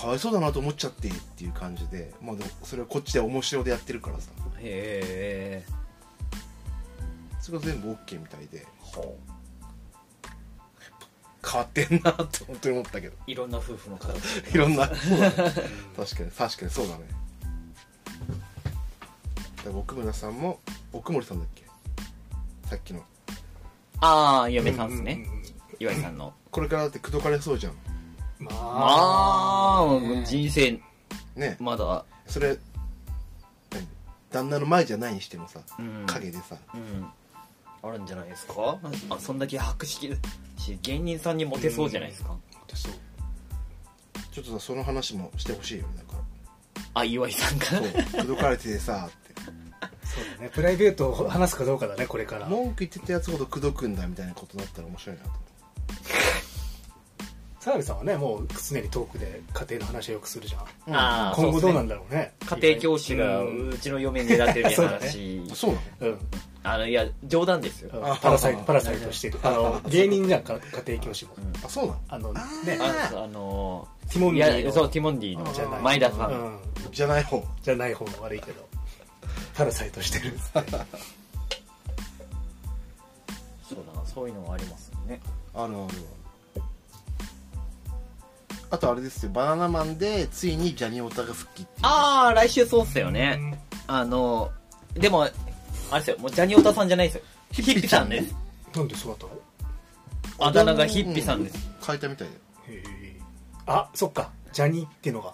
[SPEAKER 2] かわいそうだなと思っちゃってっていう感じで,、まあ、でもそれをこっちで面白でやってるからさ
[SPEAKER 1] へえ
[SPEAKER 2] それが全部 OK みたいで
[SPEAKER 1] はあ
[SPEAKER 2] 変わってんなって本当に思ったけど
[SPEAKER 1] いろんな夫婦の形
[SPEAKER 2] いろん なそうだね確かに確かにそうだねだから奥村さんも奥森さんだっけさっきの
[SPEAKER 1] ああ嫁さんです
[SPEAKER 3] う
[SPEAKER 1] ね
[SPEAKER 3] ううん
[SPEAKER 1] 岩井さんの
[SPEAKER 2] これからだって口説かれそうじゃん
[SPEAKER 1] ま
[SPEAKER 3] まあ
[SPEAKER 1] あ人生
[SPEAKER 2] ね
[SPEAKER 1] まだ
[SPEAKER 2] それ何旦那の前じゃないにしてもさ
[SPEAKER 1] うん
[SPEAKER 2] 影でさ、
[SPEAKER 1] うんあるんじゃないですかあそんだけ博識だし芸人さんにモテそうじゃないですか
[SPEAKER 3] そう
[SPEAKER 2] ちょっとさその話もしてほしいよねだから
[SPEAKER 1] あ岩井さんか
[SPEAKER 2] そう口説かれてて さって
[SPEAKER 3] そうだねプライベートを話すかどうかだねこれから
[SPEAKER 2] 文句言ってたやつほど口説くんだみたいなことだったら面白いなと思
[SPEAKER 3] 澤部さんはねもう常にトークで家庭の話をよくするじゃん
[SPEAKER 2] う、うん、
[SPEAKER 1] あー
[SPEAKER 3] 今後どうな
[SPEAKER 1] そ
[SPEAKER 3] ん
[SPEAKER 1] で
[SPEAKER 3] だろうね
[SPEAKER 1] すね家庭教師が
[SPEAKER 3] うん
[SPEAKER 1] うちの嫁狙ってるみたいな
[SPEAKER 3] そ
[SPEAKER 1] 話、
[SPEAKER 2] そうなの
[SPEAKER 3] うん
[SPEAKER 1] あのいや冗談ですよ
[SPEAKER 3] うん
[SPEAKER 2] あ
[SPEAKER 3] パラサイトパラサイトしてるあの芸人じゃんか家庭教師も
[SPEAKER 2] あそうなの
[SPEAKER 3] あのね
[SPEAKER 1] ああの
[SPEAKER 3] ティモン
[SPEAKER 1] い
[SPEAKER 3] ディ
[SPEAKER 1] や
[SPEAKER 3] の
[SPEAKER 1] そうティモンディ
[SPEAKER 3] じゃ
[SPEAKER 1] の
[SPEAKER 3] ない
[SPEAKER 1] 前田さん、
[SPEAKER 3] うん
[SPEAKER 2] じゃない方
[SPEAKER 3] じゃない方が悪いけどパラサイトしてるっつっ
[SPEAKER 1] そ
[SPEAKER 3] て
[SPEAKER 1] うだなそういうのもありますよね
[SPEAKER 2] あるあるあとあれですよバナナマンでついにジャニオタが復帰っていう
[SPEAKER 1] ああ来週そうっすよね、あのでもあれですよもうジャニオタさんじゃないですよヒッピさんです
[SPEAKER 3] なんでそうだったの
[SPEAKER 1] あだ名がヒッピさんです、
[SPEAKER 2] う変えたみたいだよ
[SPEAKER 3] へえあそっかジャニーっていうのが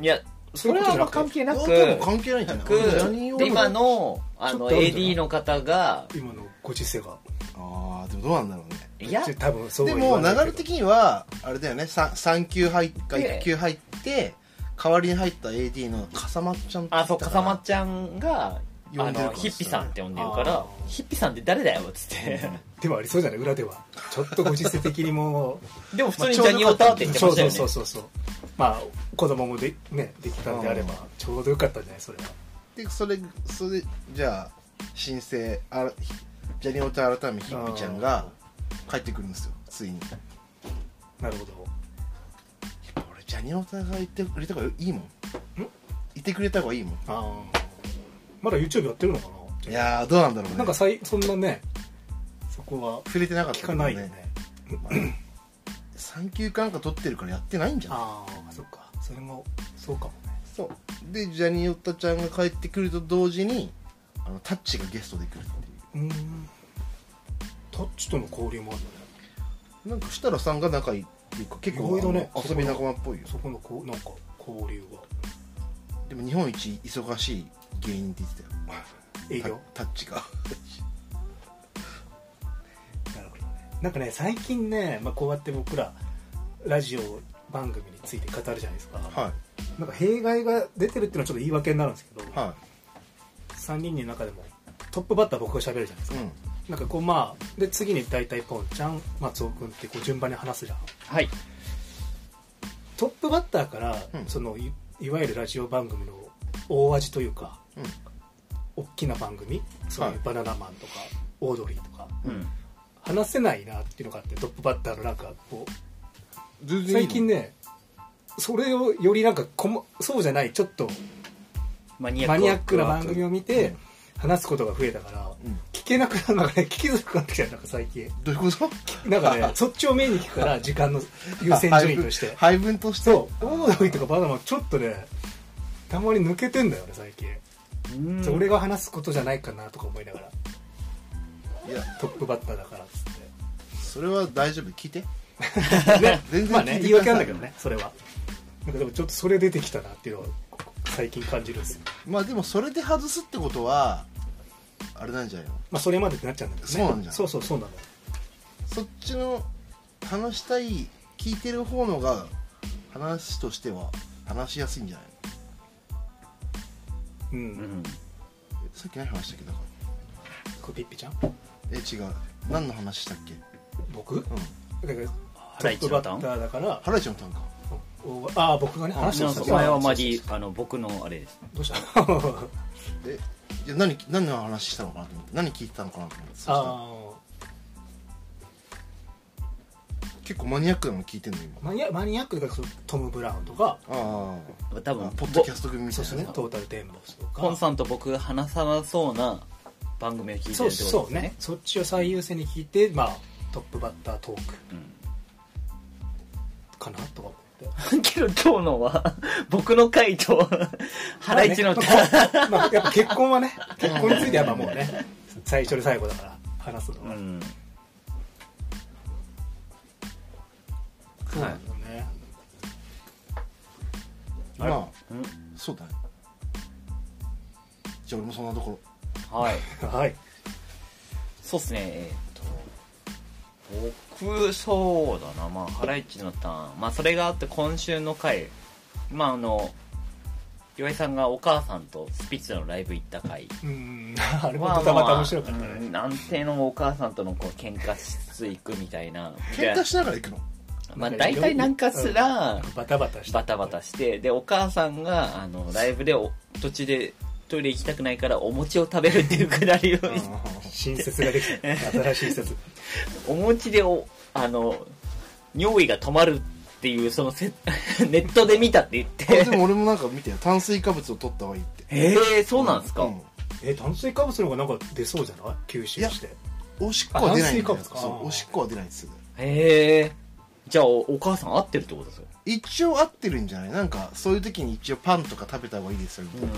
[SPEAKER 1] いやそれはあんま関係なく
[SPEAKER 2] あでも関係ないんじゃない
[SPEAKER 1] く
[SPEAKER 2] ジャニオタ
[SPEAKER 1] 今のあ
[SPEAKER 3] ちょ
[SPEAKER 1] の
[SPEAKER 3] っとあるんじゃない
[SPEAKER 1] AD の方が
[SPEAKER 3] 今のご時世が
[SPEAKER 2] あああでもどうなんだろうね
[SPEAKER 1] いや
[SPEAKER 3] 多分そう
[SPEAKER 2] で
[SPEAKER 3] は
[SPEAKER 2] も
[SPEAKER 3] 言わ
[SPEAKER 2] 流
[SPEAKER 3] ない
[SPEAKER 2] れ
[SPEAKER 3] けど
[SPEAKER 2] 的にはあれだよね 3, 三級入っか
[SPEAKER 1] で
[SPEAKER 2] 1級入って代わりに入った AD の笠間ちゃんって言っ
[SPEAKER 1] あ
[SPEAKER 2] た
[SPEAKER 1] そう
[SPEAKER 2] か
[SPEAKER 1] 笠間
[SPEAKER 2] な
[SPEAKER 1] ちゃんが
[SPEAKER 2] 呼
[SPEAKER 1] あ
[SPEAKER 2] んでる
[SPEAKER 1] の
[SPEAKER 2] から
[SPEAKER 1] ヒッピさんって呼んでるから
[SPEAKER 3] あ
[SPEAKER 1] ヒッピさんって誰だよっつって
[SPEAKER 3] でもありそうじゃない裏ではちょっとご時世的 にも
[SPEAKER 1] でも普通にジャニオタって言ってま
[SPEAKER 3] そう
[SPEAKER 1] したよ
[SPEAKER 3] そ
[SPEAKER 1] ね
[SPEAKER 3] うそうそうそうまあ子供もで,、ね、できたんであればちょうどよかったんじゃないそれは
[SPEAKER 2] でそれそれじゃあ申請あらジャニオタ改めヒッピちゃんが帰ってくるんですよついに
[SPEAKER 3] なるほど
[SPEAKER 2] 俺ジャニオタがいてくれた方がいいもんいてくれた方がいいもん
[SPEAKER 3] ああまだ YouTube やってるのかない
[SPEAKER 2] やーどうなんだろうね
[SPEAKER 3] なんかさいそんなねそこは
[SPEAKER 2] 触れてなかった
[SPEAKER 3] 聞
[SPEAKER 2] け
[SPEAKER 3] か
[SPEAKER 2] ど
[SPEAKER 3] ないよね
[SPEAKER 2] 3級かなんか取ってるからやってないんじゃん
[SPEAKER 3] ああそっかそれもそうかもね
[SPEAKER 2] そうでジャニオタちゃんが帰ってくると同時にあのタッチがゲストで来るっていう
[SPEAKER 3] ーんタッチとの交流もあるよね
[SPEAKER 2] うなんか設楽さんが仲いいっていうか結構
[SPEAKER 3] 意外だね
[SPEAKER 2] あの遊び仲間っぽいよ
[SPEAKER 3] そこのこうなんか交流は
[SPEAKER 2] でも日本一忙しい芸人って言
[SPEAKER 3] 営
[SPEAKER 2] ってた
[SPEAKER 3] 業
[SPEAKER 2] よタタッチが
[SPEAKER 3] なるほどねなんかね最近ね、まあ、こうやって僕らラジオ番組について語るじゃないですか、
[SPEAKER 2] は
[SPEAKER 3] なんか弊害が出てるっていうのはちょっと言い訳になるんですけど、
[SPEAKER 2] いは
[SPEAKER 3] 3人の中でもトップバッター僕が喋るじゃないです
[SPEAKER 2] い
[SPEAKER 3] か、
[SPEAKER 2] うん
[SPEAKER 3] なんかこうまあで次に大体ポンちゃん松尾君ってこう順番に話すじゃん
[SPEAKER 1] はい
[SPEAKER 3] トップバッターから、
[SPEAKER 2] うん
[SPEAKER 3] そのいいわゆるラジオ番組の大味というか
[SPEAKER 2] うん
[SPEAKER 3] 大きな番組そうい
[SPEAKER 2] はいう
[SPEAKER 3] バナナマンとか、オードリーとか
[SPEAKER 1] うん
[SPEAKER 3] 話せないなっていうのがあってトップバッターのなんかこう
[SPEAKER 2] 全然いい
[SPEAKER 3] 最近
[SPEAKER 2] ね
[SPEAKER 3] ねそれをよりなんかこもそうじゃないちょっと
[SPEAKER 1] マニアック
[SPEAKER 3] マニアックな番組
[SPEAKER 1] を
[SPEAKER 3] を見て話すことが増えたから、
[SPEAKER 2] うん
[SPEAKER 3] 聞けなくなるのがね聞きづらくなってきたよなんか最近
[SPEAKER 2] どういうこと
[SPEAKER 3] なんか ねそっちをメインに聞くから時間の優先順位として
[SPEAKER 2] 配分配分として
[SPEAKER 3] そうオードリーとかバナナマンちょっとねたまに抜けてんだよね最近、そう俺が話すことじゃないかなとか思いながら
[SPEAKER 2] いや
[SPEAKER 3] トップバッターだからっつって
[SPEAKER 2] それは大丈夫聞いて全
[SPEAKER 3] ま
[SPEAKER 2] 然
[SPEAKER 3] あ
[SPEAKER 2] 聞
[SPEAKER 3] ね
[SPEAKER 2] い
[SPEAKER 3] 言
[SPEAKER 2] て
[SPEAKER 3] い
[SPEAKER 2] くださ
[SPEAKER 3] 訳あん
[SPEAKER 2] い
[SPEAKER 3] だけどねそれはなんかでもちょっとそれ出てきたなっていうのは最近感じるんですよ
[SPEAKER 2] まあでもそれで外すってことはあれなんじゃないの
[SPEAKER 3] まあそれまでってなっちゃうんだけど
[SPEAKER 2] そ
[SPEAKER 3] ね
[SPEAKER 2] うなんじゃん
[SPEAKER 3] そうそうそうなの
[SPEAKER 2] そっちの話したい聞いてる方のが話としては話しやすいんじゃない
[SPEAKER 3] うん、
[SPEAKER 1] うん
[SPEAKER 2] のさっき何話したっけだか
[SPEAKER 3] これピッピちゃん
[SPEAKER 2] らえ違う何の話したっけ
[SPEAKER 3] 僕、
[SPEAKER 2] うん
[SPEAKER 3] だからト
[SPEAKER 1] 原
[SPEAKER 3] ップ
[SPEAKER 1] 市の
[SPEAKER 3] バッタ
[SPEAKER 1] ターン
[SPEAKER 3] ーだから
[SPEAKER 2] ハライチの短歌
[SPEAKER 3] おああ僕がね話して
[SPEAKER 1] な
[SPEAKER 3] ま
[SPEAKER 1] ん
[SPEAKER 3] し
[SPEAKER 1] か
[SPEAKER 3] た
[SPEAKER 1] 前はマジあの僕のあれです
[SPEAKER 3] どうしたあ
[SPEAKER 2] えじゃ何何の話したのかなと思って何聞いてたのかなと思ってそしたら
[SPEAKER 3] あ
[SPEAKER 2] 結構マニアックなの聞いてんの今
[SPEAKER 3] マニアマニアックだからそのトム・ブラウンとか
[SPEAKER 2] あ
[SPEAKER 1] 多
[SPEAKER 2] あ
[SPEAKER 1] 分
[SPEAKER 2] あポッドキャスト組みた
[SPEAKER 3] そ
[SPEAKER 2] いうな
[SPEAKER 3] ですねトータルテンボスとか
[SPEAKER 1] ポンさんと僕が話さなそうな番組を聞いて
[SPEAKER 3] そ
[SPEAKER 1] る
[SPEAKER 3] う
[SPEAKER 1] ってこと
[SPEAKER 3] そ
[SPEAKER 1] で
[SPEAKER 3] う
[SPEAKER 1] す
[SPEAKER 3] ね
[SPEAKER 1] ね
[SPEAKER 3] そっちを最優先に聞いてまあトップバッタートークかなとか思って
[SPEAKER 1] うんけど今日のは 僕の回とハライチのターン
[SPEAKER 3] まあ ねまあやっぱ結婚はね結婚についてやっぱもうね最初で最後だから話すの
[SPEAKER 1] う
[SPEAKER 3] は、
[SPEAKER 1] ん
[SPEAKER 3] そうなんだよね、
[SPEAKER 2] まあ
[SPEAKER 1] うん
[SPEAKER 2] そうだねじゃあ俺もそんなとこ
[SPEAKER 1] はい
[SPEAKER 3] はい
[SPEAKER 1] そうっすねえーっと僕そうだなまあハライチのターンまあそれがあって今週の回まああの岩井さんがお母さんとスピッツのライブ行った回
[SPEAKER 3] うん あれもたまたま面白かったね、
[SPEAKER 1] うん安定のお母さんとのこう喧嘩しつつ行くみたいな
[SPEAKER 2] ろ喧嘩しながら行くの
[SPEAKER 1] まあ大体なんかすら
[SPEAKER 3] バタバタして
[SPEAKER 1] バタバタしてでお母さんがあのライブでお途中でトイレ行きたくないからお餅を食べるっていうくだりを
[SPEAKER 3] 新説ができ た新しい説
[SPEAKER 1] お餅でおあの尿意が止まるっていうそのせ ネットで見たって言って
[SPEAKER 2] あでも俺もなんか見てよ炭水化物を取った方がいいって
[SPEAKER 1] ええそうなんですか、
[SPEAKER 2] うん
[SPEAKER 3] え炭水化物の方がなんか出そうじゃない吸収して
[SPEAKER 2] おしっこは出ないんだよ
[SPEAKER 3] あ軟水化物か
[SPEAKER 2] そうおしっこは出ないんですよ
[SPEAKER 1] へえじゃあおお母さん合ってるってことですよ、
[SPEAKER 2] 一応合ってるんじゃないなんかそういう時に一応パンとか食べた方がいいですよみたいな、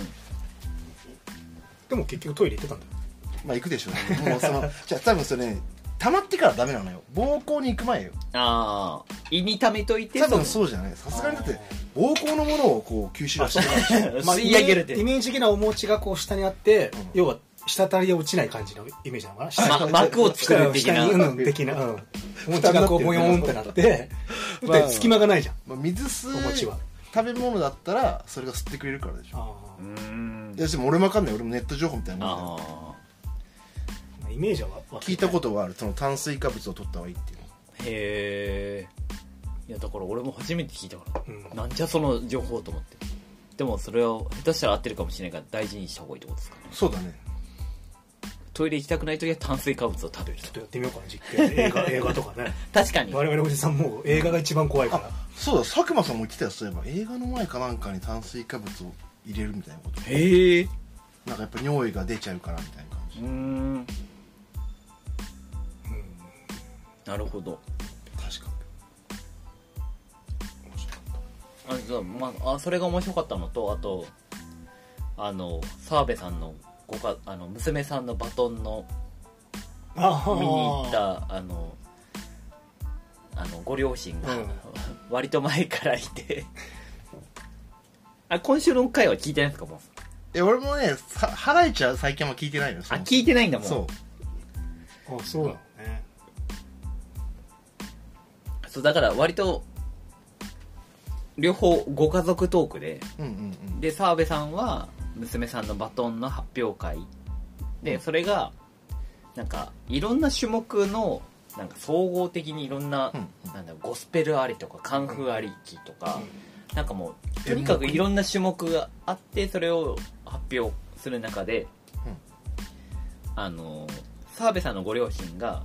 [SPEAKER 3] でも結局トイレ行ってたんだよ
[SPEAKER 2] まあ行くでしょうねもうその じゃあ多分それね溜まってからダメなのよ膀胱に行く前よ
[SPEAKER 1] ああ胃に溜めといて
[SPEAKER 2] 多分
[SPEAKER 1] そ
[SPEAKER 2] そうじゃないさすがにだって膀胱のものをこう吸収はしてないし
[SPEAKER 1] の吸い上げるっ
[SPEAKER 3] イ
[SPEAKER 1] て
[SPEAKER 3] メージ的なお餅がこう下にあって、
[SPEAKER 2] うん
[SPEAKER 3] 要は滴り落ちない感じのイメージなのかな下
[SPEAKER 1] ま、幕を作る的な。
[SPEAKER 3] 下に
[SPEAKER 1] う
[SPEAKER 3] うん的な、うん、お餅がこうボヨーンってなって、
[SPEAKER 2] まあ
[SPEAKER 3] で隙間がないじゃん
[SPEAKER 2] まあ、水吸う
[SPEAKER 3] お餅は
[SPEAKER 2] 食べ物だったらそれが吸ってくれるからでしょ
[SPEAKER 3] あ
[SPEAKER 1] ーん
[SPEAKER 2] いやでも俺もわかんない俺もネット情報みたいなの持ってない
[SPEAKER 1] あ
[SPEAKER 3] ーイメージはわ
[SPEAKER 2] 聞いたことはあるその炭水化物を取った方がいいっていう
[SPEAKER 1] ーへえ。いや、だから俺も初めて聞いたから。
[SPEAKER 3] うん
[SPEAKER 1] なんじゃその情報と思って。でもそれを下手したら合ってるかもしれないから大事にした方がいいってことですかね。
[SPEAKER 2] そうだね
[SPEAKER 1] トイレ行きたくない時は炭水化物を食べる
[SPEAKER 3] ちょっとやってみようかな実験映画映画とかね
[SPEAKER 1] 確かに。
[SPEAKER 3] 我々おじさんもう映画が一番怖いから
[SPEAKER 2] そうだ佐久間さんも言ってたよそういえば映画の前かなんかに炭水化物を入れるみたいなこと
[SPEAKER 1] へえ。う
[SPEAKER 2] なんかやっぱ尿意が出ちゃうからみたいな感じ
[SPEAKER 1] ーん。
[SPEAKER 3] うん
[SPEAKER 1] なるほど。
[SPEAKER 2] 確か
[SPEAKER 3] 面白かっ
[SPEAKER 1] あそうまあ、あそれが面白かったのとあとあの澤部さんのごかあの娘さんのバトンの
[SPEAKER 3] たあー
[SPEAKER 1] 見に行ったあのあのご両親が、
[SPEAKER 3] うん
[SPEAKER 1] 割と前からいてあ今週の回は聞いてないですかもう
[SPEAKER 2] え俺もねさハライチは最近あんま聞いてないのよ
[SPEAKER 1] あ
[SPEAKER 2] そもそ
[SPEAKER 1] 聞いてないんだも
[SPEAKER 2] も
[SPEAKER 1] ん
[SPEAKER 2] そう
[SPEAKER 3] あそうなのね
[SPEAKER 1] そうだから割と両方ご家族トークで
[SPEAKER 2] うんうんうん
[SPEAKER 1] で澤部さんは娘さんのバトンの発表会でそれがなんかいろんな種目のなんか総合的にいろんな,、
[SPEAKER 2] うんうん
[SPEAKER 1] なんだゴスペルありとかカンフーありきとか、なんかもうとにかく
[SPEAKER 2] 演目
[SPEAKER 1] いろんな種目があってそれを発表する中で、
[SPEAKER 2] うん
[SPEAKER 1] あの澤部さんのご両親が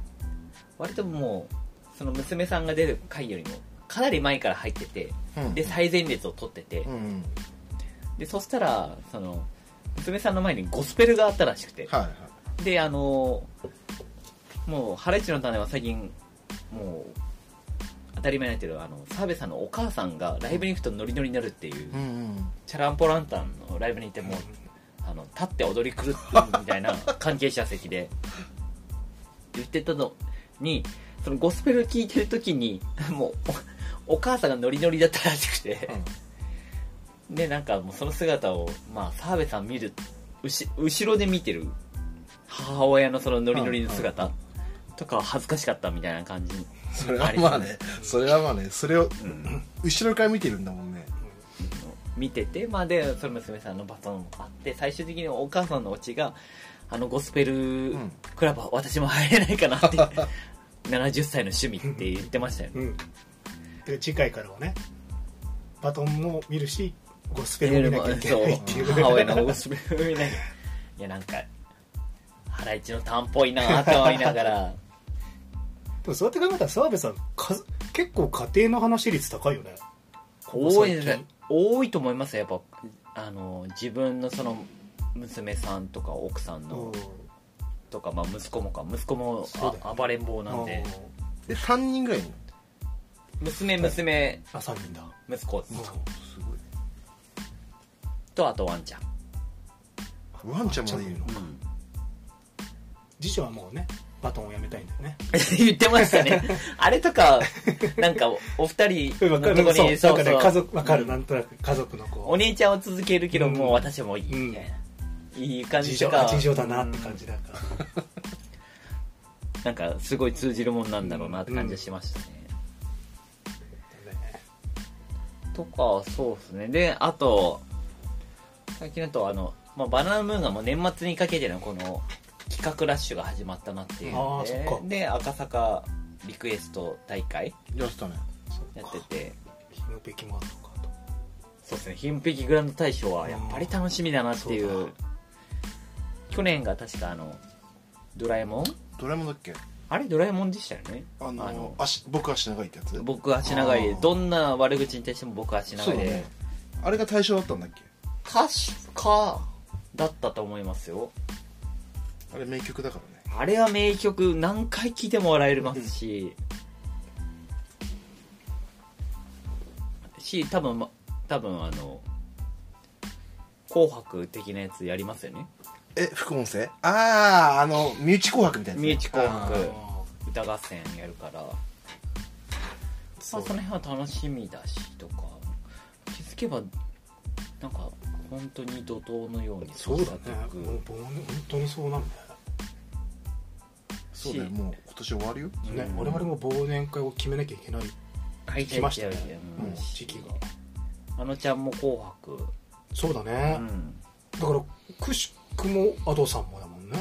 [SPEAKER 1] 割ともうその娘さんが出る回よりもかなり前から入ってて
[SPEAKER 2] うん
[SPEAKER 1] で最前列を取ってて、
[SPEAKER 2] うんうん
[SPEAKER 1] でそしたらその娘さんの前にゴスペルがあったらしくて
[SPEAKER 2] はいはい
[SPEAKER 1] であのもう「ハライチの種」は最近もう当たり前になってるあの澤部さんのお母さんがライブに行くとノリノリになるっていう、
[SPEAKER 2] うんうん
[SPEAKER 1] チャランポランタンのライブに行ってもうあの立って踊り狂ってみた いな関係者席で言ってたのにそのゴスペル聴いてる時にもうおお母さんがノリノリだったらしくて、でなんかもうその姿をまあ澤部さん見るうし後ろで見てる母親のそのノリノリの姿とかは恥ずかしかったみたいな感じ
[SPEAKER 2] それはまあねそれはまあねそれを
[SPEAKER 1] うん
[SPEAKER 2] 後ろから見てるんだもんね
[SPEAKER 1] 見てて、まあ、でその娘さんのバトンもあって最終的にお母さんのオチがあのゴスペル
[SPEAKER 2] うん
[SPEAKER 1] クラブは私も入れないかなって、70歳 の趣味って言ってましたよね
[SPEAKER 3] うんで次回からはねバトンも見るしゴスペルも見なきゃいけないって
[SPEAKER 1] そ
[SPEAKER 3] いうう
[SPEAKER 1] 母親のゴスペル見ないいやなんかハライチのタンっぽいなと思いながら
[SPEAKER 3] でもそうやって考えたら澤部さんか結構家庭の話率高いよね
[SPEAKER 1] 多いですね多いと思いますよやっぱあの自分のその娘さんとか奥さん
[SPEAKER 3] うん
[SPEAKER 1] のとか、まあ、息子もか息子も
[SPEAKER 3] そうだよ
[SPEAKER 1] あ暴れん坊なんで
[SPEAKER 3] あ
[SPEAKER 2] で3人ぐらいに
[SPEAKER 1] 娘娘
[SPEAKER 3] 3人だ
[SPEAKER 1] 息子です
[SPEAKER 2] すごい
[SPEAKER 1] とあとワンちゃん、
[SPEAKER 2] ワンちゃんまでいるの
[SPEAKER 3] 次女はもうねバトンをやめたいんだよね
[SPEAKER 1] 言ってました ねあれとかなんかお二人の
[SPEAKER 3] わか
[SPEAKER 1] と
[SPEAKER 3] る
[SPEAKER 1] こ
[SPEAKER 3] そう
[SPEAKER 1] に
[SPEAKER 3] なんかね家族わかる
[SPEAKER 1] うん
[SPEAKER 3] なんとなく家族のこ
[SPEAKER 1] お姉ちゃんを続けるけど、
[SPEAKER 3] うん
[SPEAKER 1] もう私もいいみたいな、いい感
[SPEAKER 3] う
[SPEAKER 1] じ
[SPEAKER 3] 事
[SPEAKER 1] と
[SPEAKER 3] 情
[SPEAKER 1] か
[SPEAKER 3] あ事情だなって感じだから
[SPEAKER 1] うんなんかすごい通じるもんなんだろうなって感じがしましたね、
[SPEAKER 3] ね
[SPEAKER 1] とかそうですねであと最近だとあの、まあ、バナナムーンがもう年末にかけてのこの企画ラッシュが始まったなっていうので
[SPEAKER 3] あーそっか
[SPEAKER 1] で赤坂リクエスト大会
[SPEAKER 2] やってたね
[SPEAKER 3] そう
[SPEAKER 1] や
[SPEAKER 3] か
[SPEAKER 1] ってて
[SPEAKER 3] 日のべきもあったのかと
[SPEAKER 1] そうですね「ピキグランド大賞」はやっぱり楽しみだなっていう,、
[SPEAKER 3] そうだ
[SPEAKER 1] 去年が確かあのドラえもん
[SPEAKER 2] ドラえもんだっけ
[SPEAKER 1] あれドラえもんでしたよね
[SPEAKER 2] あの足僕足長いってやつ
[SPEAKER 1] 僕足長いで
[SPEAKER 2] あー
[SPEAKER 1] どんな悪口に対しても僕足長
[SPEAKER 2] そう
[SPEAKER 1] い
[SPEAKER 2] だ
[SPEAKER 1] で、
[SPEAKER 2] ねあれが対象だったんだっけ
[SPEAKER 1] 確かだったと思いますよ
[SPEAKER 2] あれ名曲だからね
[SPEAKER 1] あれは名曲何回聴いても笑えますし、し多分ま多分あの「紅白」的なやつやりますよね
[SPEAKER 2] え副音声あああの身内紅白みたいな
[SPEAKER 1] 身内紅白
[SPEAKER 3] あ
[SPEAKER 1] 歌合戦やるから、まあ、
[SPEAKER 3] そ
[SPEAKER 1] そうの辺は楽しみだしとか気づけばなんか本当に怒涛のように
[SPEAKER 3] そうだね
[SPEAKER 1] 育ってい
[SPEAKER 3] もう
[SPEAKER 1] く
[SPEAKER 3] 忘年本当にそうなんだよね
[SPEAKER 2] そうだよもう今年終わるよ
[SPEAKER 3] ね、
[SPEAKER 1] うん
[SPEAKER 3] 我々も忘年会を決めなきゃいけない
[SPEAKER 1] はい
[SPEAKER 3] 来ましたね
[SPEAKER 1] はいはいはい
[SPEAKER 3] もう時期が
[SPEAKER 1] あのちゃんも紅白
[SPEAKER 3] そうだ
[SPEAKER 1] う
[SPEAKER 3] ね、
[SPEAKER 1] ん
[SPEAKER 3] だからくしくもアドさんもだもんね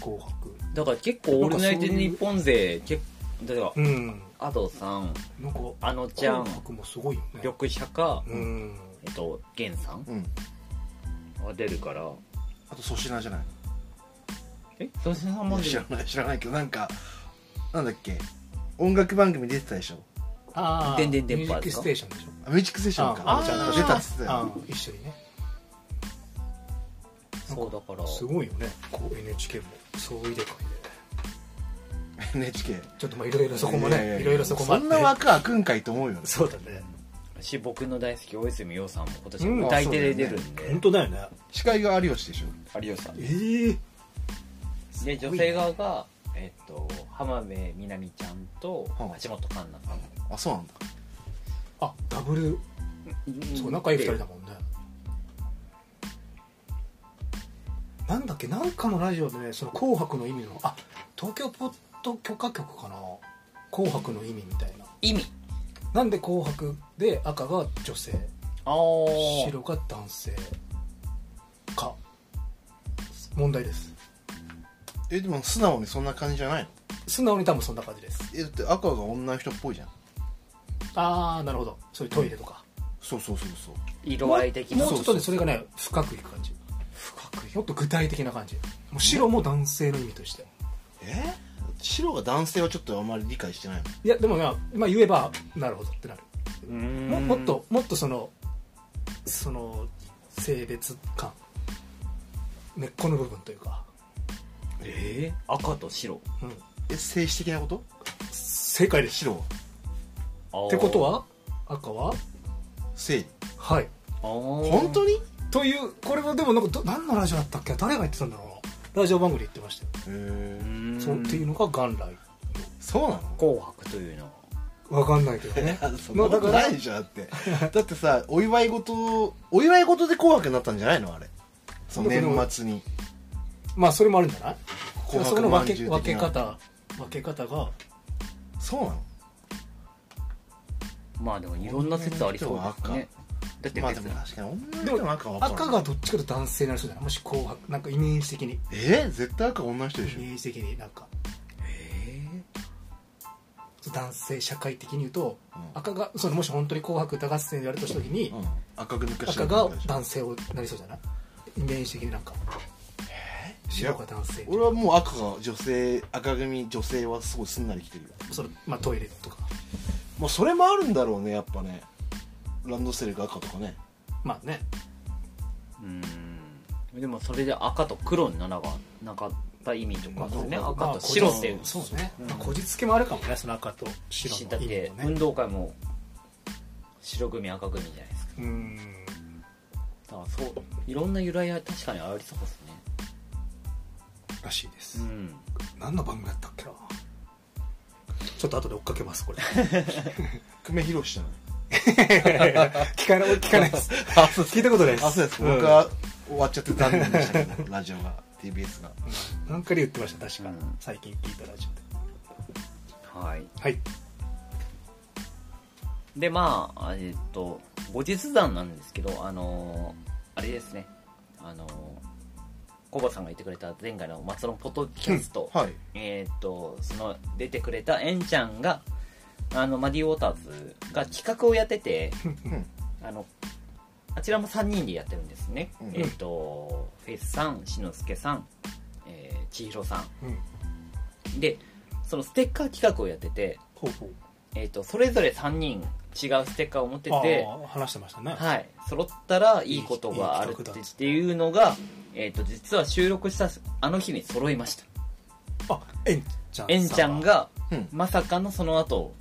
[SPEAKER 3] 紅白
[SPEAKER 1] だから結構「オールナイトニッポン勢」結構だか
[SPEAKER 3] うん
[SPEAKER 1] ら Ado さん
[SPEAKER 3] なんか
[SPEAKER 1] あのちゃん
[SPEAKER 3] 紅白もすごいよね
[SPEAKER 1] 緑茶か、
[SPEAKER 3] うん
[SPEAKER 1] えっと源さん
[SPEAKER 2] うん
[SPEAKER 1] が出るから
[SPEAKER 2] あと粗品じゃない
[SPEAKER 1] えそしさんも出
[SPEAKER 2] 知ら
[SPEAKER 1] る
[SPEAKER 2] ない知らないけどなんかなんだっけ音楽番組出てたでしょ
[SPEAKER 3] ああ
[SPEAKER 1] でんでんでんぱー
[SPEAKER 3] ミュージック
[SPEAKER 1] ですか
[SPEAKER 3] ステーションでしょ
[SPEAKER 2] あミュージックステーションか
[SPEAKER 1] あ
[SPEAKER 2] ちゃん
[SPEAKER 1] あ
[SPEAKER 2] と
[SPEAKER 1] ー
[SPEAKER 2] 出たっつってた
[SPEAKER 3] あ
[SPEAKER 2] よ
[SPEAKER 3] ー一緒にね
[SPEAKER 1] そうだから
[SPEAKER 3] すごいよねこう NHK も総入れ替えで
[SPEAKER 2] NHK
[SPEAKER 3] ちょっとまあいろいろそこもね
[SPEAKER 2] ややや
[SPEAKER 3] いろいろそこもあって
[SPEAKER 2] んな枠開くんかいと思うよね
[SPEAKER 3] そうだね
[SPEAKER 1] し僕の大好き大泉洋さんも今年
[SPEAKER 3] うん
[SPEAKER 1] 歌い手で出るんで、
[SPEAKER 3] 本当だよね
[SPEAKER 2] 司会が有吉でしょ
[SPEAKER 1] 有吉さん
[SPEAKER 3] ええ
[SPEAKER 1] でで女性側が、えっと浜辺美波ちゃんと橋
[SPEAKER 2] は
[SPEAKER 1] 本
[SPEAKER 2] あ
[SPEAKER 1] 環奈さん
[SPEAKER 2] あそうなんだ
[SPEAKER 3] あダブルそう仲いい2人だもんねなんだっけなんかのラジオでね「その紅白」の意味のあ東京ポッド許可局かな「紅白」の意味みたいな
[SPEAKER 1] 意味
[SPEAKER 3] なんで「紅白」で赤が女性
[SPEAKER 1] ああ
[SPEAKER 3] 白が男性か問題です
[SPEAKER 2] えでも素直にそんな感じじゃないの
[SPEAKER 3] 素直に多分そんな感じです
[SPEAKER 2] えだって赤が女の人っぽいじゃん
[SPEAKER 3] ああなるほどそういうトイレとか、
[SPEAKER 2] そうそうそうそう
[SPEAKER 1] 色合い的な
[SPEAKER 3] もうちょっとねそれがね深くいく感じ深くもっと具体的な感じもう白も男性の意味として
[SPEAKER 2] え白が男性はちょっとあんまり理解してないもん
[SPEAKER 3] いやでもね、まあ、言えばなるほどってなる
[SPEAKER 1] うーん
[SPEAKER 3] ももっともっとそのその性別感根っこの部分というか、
[SPEAKER 1] えー、赤と白
[SPEAKER 3] うん、
[SPEAKER 2] え静止的なこと
[SPEAKER 3] 正解です
[SPEAKER 2] 白は
[SPEAKER 3] ってこと
[SPEAKER 1] は
[SPEAKER 3] は赤は
[SPEAKER 2] 生理
[SPEAKER 3] はい
[SPEAKER 2] 本
[SPEAKER 1] 本
[SPEAKER 2] 当にへ
[SPEAKER 3] というこれはでもなんかど何のラジオだったっけ誰が言ってたんだろうなラジオ番組で言ってましたよ、
[SPEAKER 2] え
[SPEAKER 3] そうっていうのが元来
[SPEAKER 2] そう なの
[SPEAKER 1] 紅白というのは
[SPEAKER 3] わかんないけど ね
[SPEAKER 2] そんなこと
[SPEAKER 3] まあだから
[SPEAKER 2] ないでしょだって だってさお祝い事お祝い事で「紅白」になったんじゃないのあれその年末に
[SPEAKER 3] まあそれもあるんじゃない
[SPEAKER 2] 「紅
[SPEAKER 3] そこ
[SPEAKER 2] 白
[SPEAKER 3] の
[SPEAKER 2] まん
[SPEAKER 3] 分
[SPEAKER 2] じ
[SPEAKER 3] け
[SPEAKER 2] ゅう」
[SPEAKER 3] 分け方分け方が
[SPEAKER 2] そうなの
[SPEAKER 1] まあでもいろんな説ありそうですねだって
[SPEAKER 2] まあ
[SPEAKER 1] 別
[SPEAKER 2] で
[SPEAKER 1] に、
[SPEAKER 2] も確かに女の人の赤は分から
[SPEAKER 3] 赤
[SPEAKER 2] ん
[SPEAKER 3] がどっちかというと男性になりそうじゃないもし紅白なんかイメージ的に
[SPEAKER 2] えー絶対赤は女の人でし
[SPEAKER 3] イ
[SPEAKER 2] ょ
[SPEAKER 3] メージ的になんか
[SPEAKER 1] え
[SPEAKER 3] 男性社会的に言うと、
[SPEAKER 2] うん
[SPEAKER 3] 赤がそのもし本当に「紅白歌合戦」でやるとした時に、
[SPEAKER 2] うん赤く抜かし
[SPEAKER 3] 赤が男性をなりそうじゃないイメージ的になんか白が男性
[SPEAKER 2] 俺はもう赤が女性赤組女性はすごいすんなりきてるよ
[SPEAKER 3] そのまあトイレとか
[SPEAKER 2] もうそれもあるんだろうねやっぱねランドセルが赤とかね
[SPEAKER 3] まあね
[SPEAKER 1] ー、うんでもそれで赤と黒にならばなかった意味とかですね、
[SPEAKER 3] まあ
[SPEAKER 1] 赤と白っていう
[SPEAKER 3] こじそうね、まあ、こじつけもあるかもねその赤と白
[SPEAKER 1] だっ
[SPEAKER 3] の意味
[SPEAKER 1] て
[SPEAKER 3] も
[SPEAKER 1] 運
[SPEAKER 3] ね
[SPEAKER 1] 動会も白組赤組じゃないですか
[SPEAKER 3] うん
[SPEAKER 1] だからそういろんな由来は確かにありそうですね
[SPEAKER 3] らしいです、
[SPEAKER 1] うん
[SPEAKER 3] 何の番組だったっけなちょっと後で追っかけますこれ
[SPEAKER 2] 久米宏じゃない
[SPEAKER 3] 聞かない聞かないです
[SPEAKER 2] あそう
[SPEAKER 3] 聞いたことないです
[SPEAKER 2] あそうです、
[SPEAKER 3] ん
[SPEAKER 2] 僕は終わっちゃって残念でしたけど ラジオが TBS が
[SPEAKER 3] うんなんかで言ってました確か、
[SPEAKER 1] うん
[SPEAKER 3] 最近聞いたラジオで
[SPEAKER 1] はい
[SPEAKER 3] はい
[SPEAKER 1] でまあえっと後日談なんですけどあのーあれですねあのーコバさんが言ってくれた前回の松のポッドキャスト、
[SPEAKER 2] はい
[SPEAKER 1] えっとその出てくれたエンちゃんがあのマディ・ウォーターズが企画をやってて
[SPEAKER 2] うん
[SPEAKER 1] あのあちらも3人でやってるんですね、
[SPEAKER 2] うん
[SPEAKER 1] えっとフェイスさんしのすけさん、えー、千尋さ
[SPEAKER 3] うん
[SPEAKER 1] んでそのステッカー企画をやってて、
[SPEAKER 3] ほうほう
[SPEAKER 1] えっとそれぞれ3人違うステッカーを持ってて
[SPEAKER 3] ああ話してましたね、
[SPEAKER 1] はい、 揃ったらいいことがあるってっていうのが、えっと実は収録したあの日に揃いました
[SPEAKER 3] あえんちゃんさ
[SPEAKER 1] えんちゃんが
[SPEAKER 2] うん
[SPEAKER 1] まさかのその後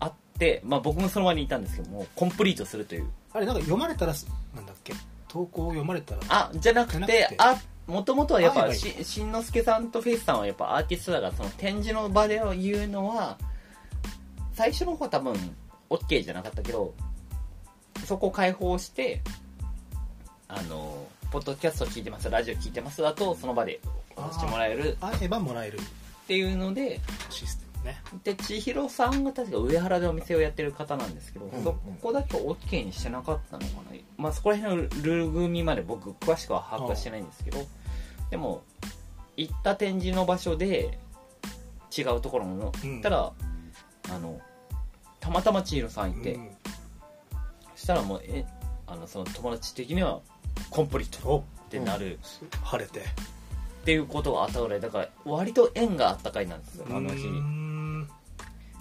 [SPEAKER 1] 会って、まあ、僕もその場にいたんですけどもコンプリートするという
[SPEAKER 3] あれなんか読まれたらすなんだっけ投稿を読まれたら
[SPEAKER 1] あじゃなくて
[SPEAKER 3] じゃなくて
[SPEAKER 1] あもともとはやっ
[SPEAKER 3] 会え
[SPEAKER 1] ぱ
[SPEAKER 3] ばいい
[SPEAKER 1] ししんのすけさんとフェイスさんはやっぱアーティストだからその展示の場で言うのは最初の方多分 OK じゃなかったけどそこを解放してあのポッドキャスト聞いてますラジオ聞いてますだとその場でお話してもらえる
[SPEAKER 3] 会えばもらえる
[SPEAKER 1] っていうので
[SPEAKER 3] システムね
[SPEAKER 1] で千尋さんが確か上原でお店をやってる方なんですけど、
[SPEAKER 2] うん
[SPEAKER 1] そこだけ OK にしてなかったのかな、まあ、そこら辺のルール組みまで僕詳しくは把握はしてないんですけどでも行った展示の場所で違うところの
[SPEAKER 3] うん
[SPEAKER 1] 行ったら、あのたまたま千尋さんいて、
[SPEAKER 3] うん
[SPEAKER 1] そしたらもうえあのその友達的にはコンプリート
[SPEAKER 3] お
[SPEAKER 1] ってなる、
[SPEAKER 3] 晴れて
[SPEAKER 1] っていうことがあったぐらいだから割と縁があったかいなんですよあの日。
[SPEAKER 3] うーん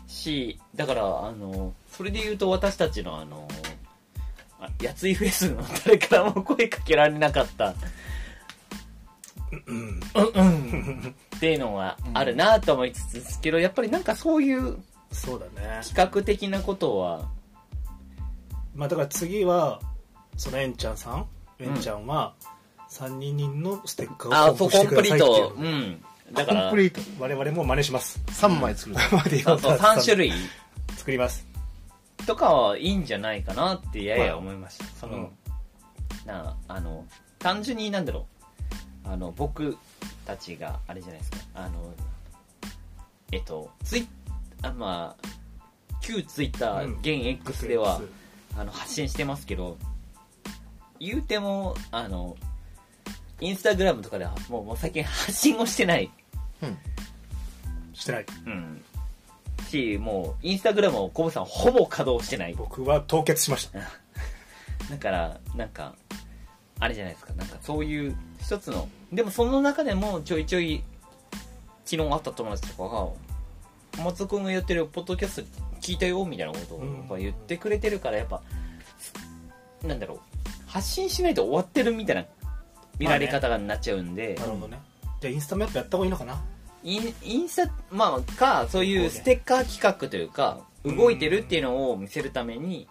[SPEAKER 1] しだからあのそれで言うと私たちのあのあやついフェスの誰からも声かけられなかった
[SPEAKER 3] うん
[SPEAKER 1] うんうんっていうのはあるなと思いつつですけどやっぱりなんかそういう
[SPEAKER 3] そうだね
[SPEAKER 1] 企画的なことは
[SPEAKER 3] まあだから次はそのエンちゃんさんエンちゃんは3人のステッカー
[SPEAKER 1] あ
[SPEAKER 3] を
[SPEAKER 1] そう
[SPEAKER 3] 交付し
[SPEAKER 1] コンプリ
[SPEAKER 3] てください
[SPEAKER 1] ー
[SPEAKER 3] っていう
[SPEAKER 1] トうんだか
[SPEAKER 2] コン
[SPEAKER 1] ら
[SPEAKER 2] プリート
[SPEAKER 3] 我々も真似します
[SPEAKER 2] 3枚作る
[SPEAKER 3] 今まで 言
[SPEAKER 1] そ
[SPEAKER 3] わ
[SPEAKER 1] う
[SPEAKER 3] れ
[SPEAKER 1] そう
[SPEAKER 3] た
[SPEAKER 1] 3種類
[SPEAKER 3] 作ります
[SPEAKER 1] とかはいいんじゃないかなってやや思いました、その、
[SPEAKER 3] うん
[SPEAKER 1] なあの単純になんだろうあの僕たちがあれじゃないですかあのえっとツイあまあ旧ツイッタ
[SPEAKER 3] う
[SPEAKER 1] ー
[SPEAKER 3] ん
[SPEAKER 1] 現 X では、あの発信してますけど言うてもあのインスタグラムとかではもうもう最近発信をしてない、
[SPEAKER 3] してない
[SPEAKER 1] うん、しもうインスタグラムをコブさんほぼ稼働してない
[SPEAKER 3] 僕は凍結しました
[SPEAKER 1] だからなんかあれじゃないですかなんかそういう一つのでもその中でもちょいちょい昨日会った友達とかが「松尾君がやってるポッドキャスト聞いたよ」みたいなことをやっぱ言ってくれてるからやっぱなんだろう発信しないと終わってるみたいな見られ方がなっちゃうんで、
[SPEAKER 3] なるほどねじゃあインスタマップやった方がいいのかな
[SPEAKER 1] インインスタまあかそういうステッカー企画というか
[SPEAKER 3] うん
[SPEAKER 1] 動いてるっていうのを見せるために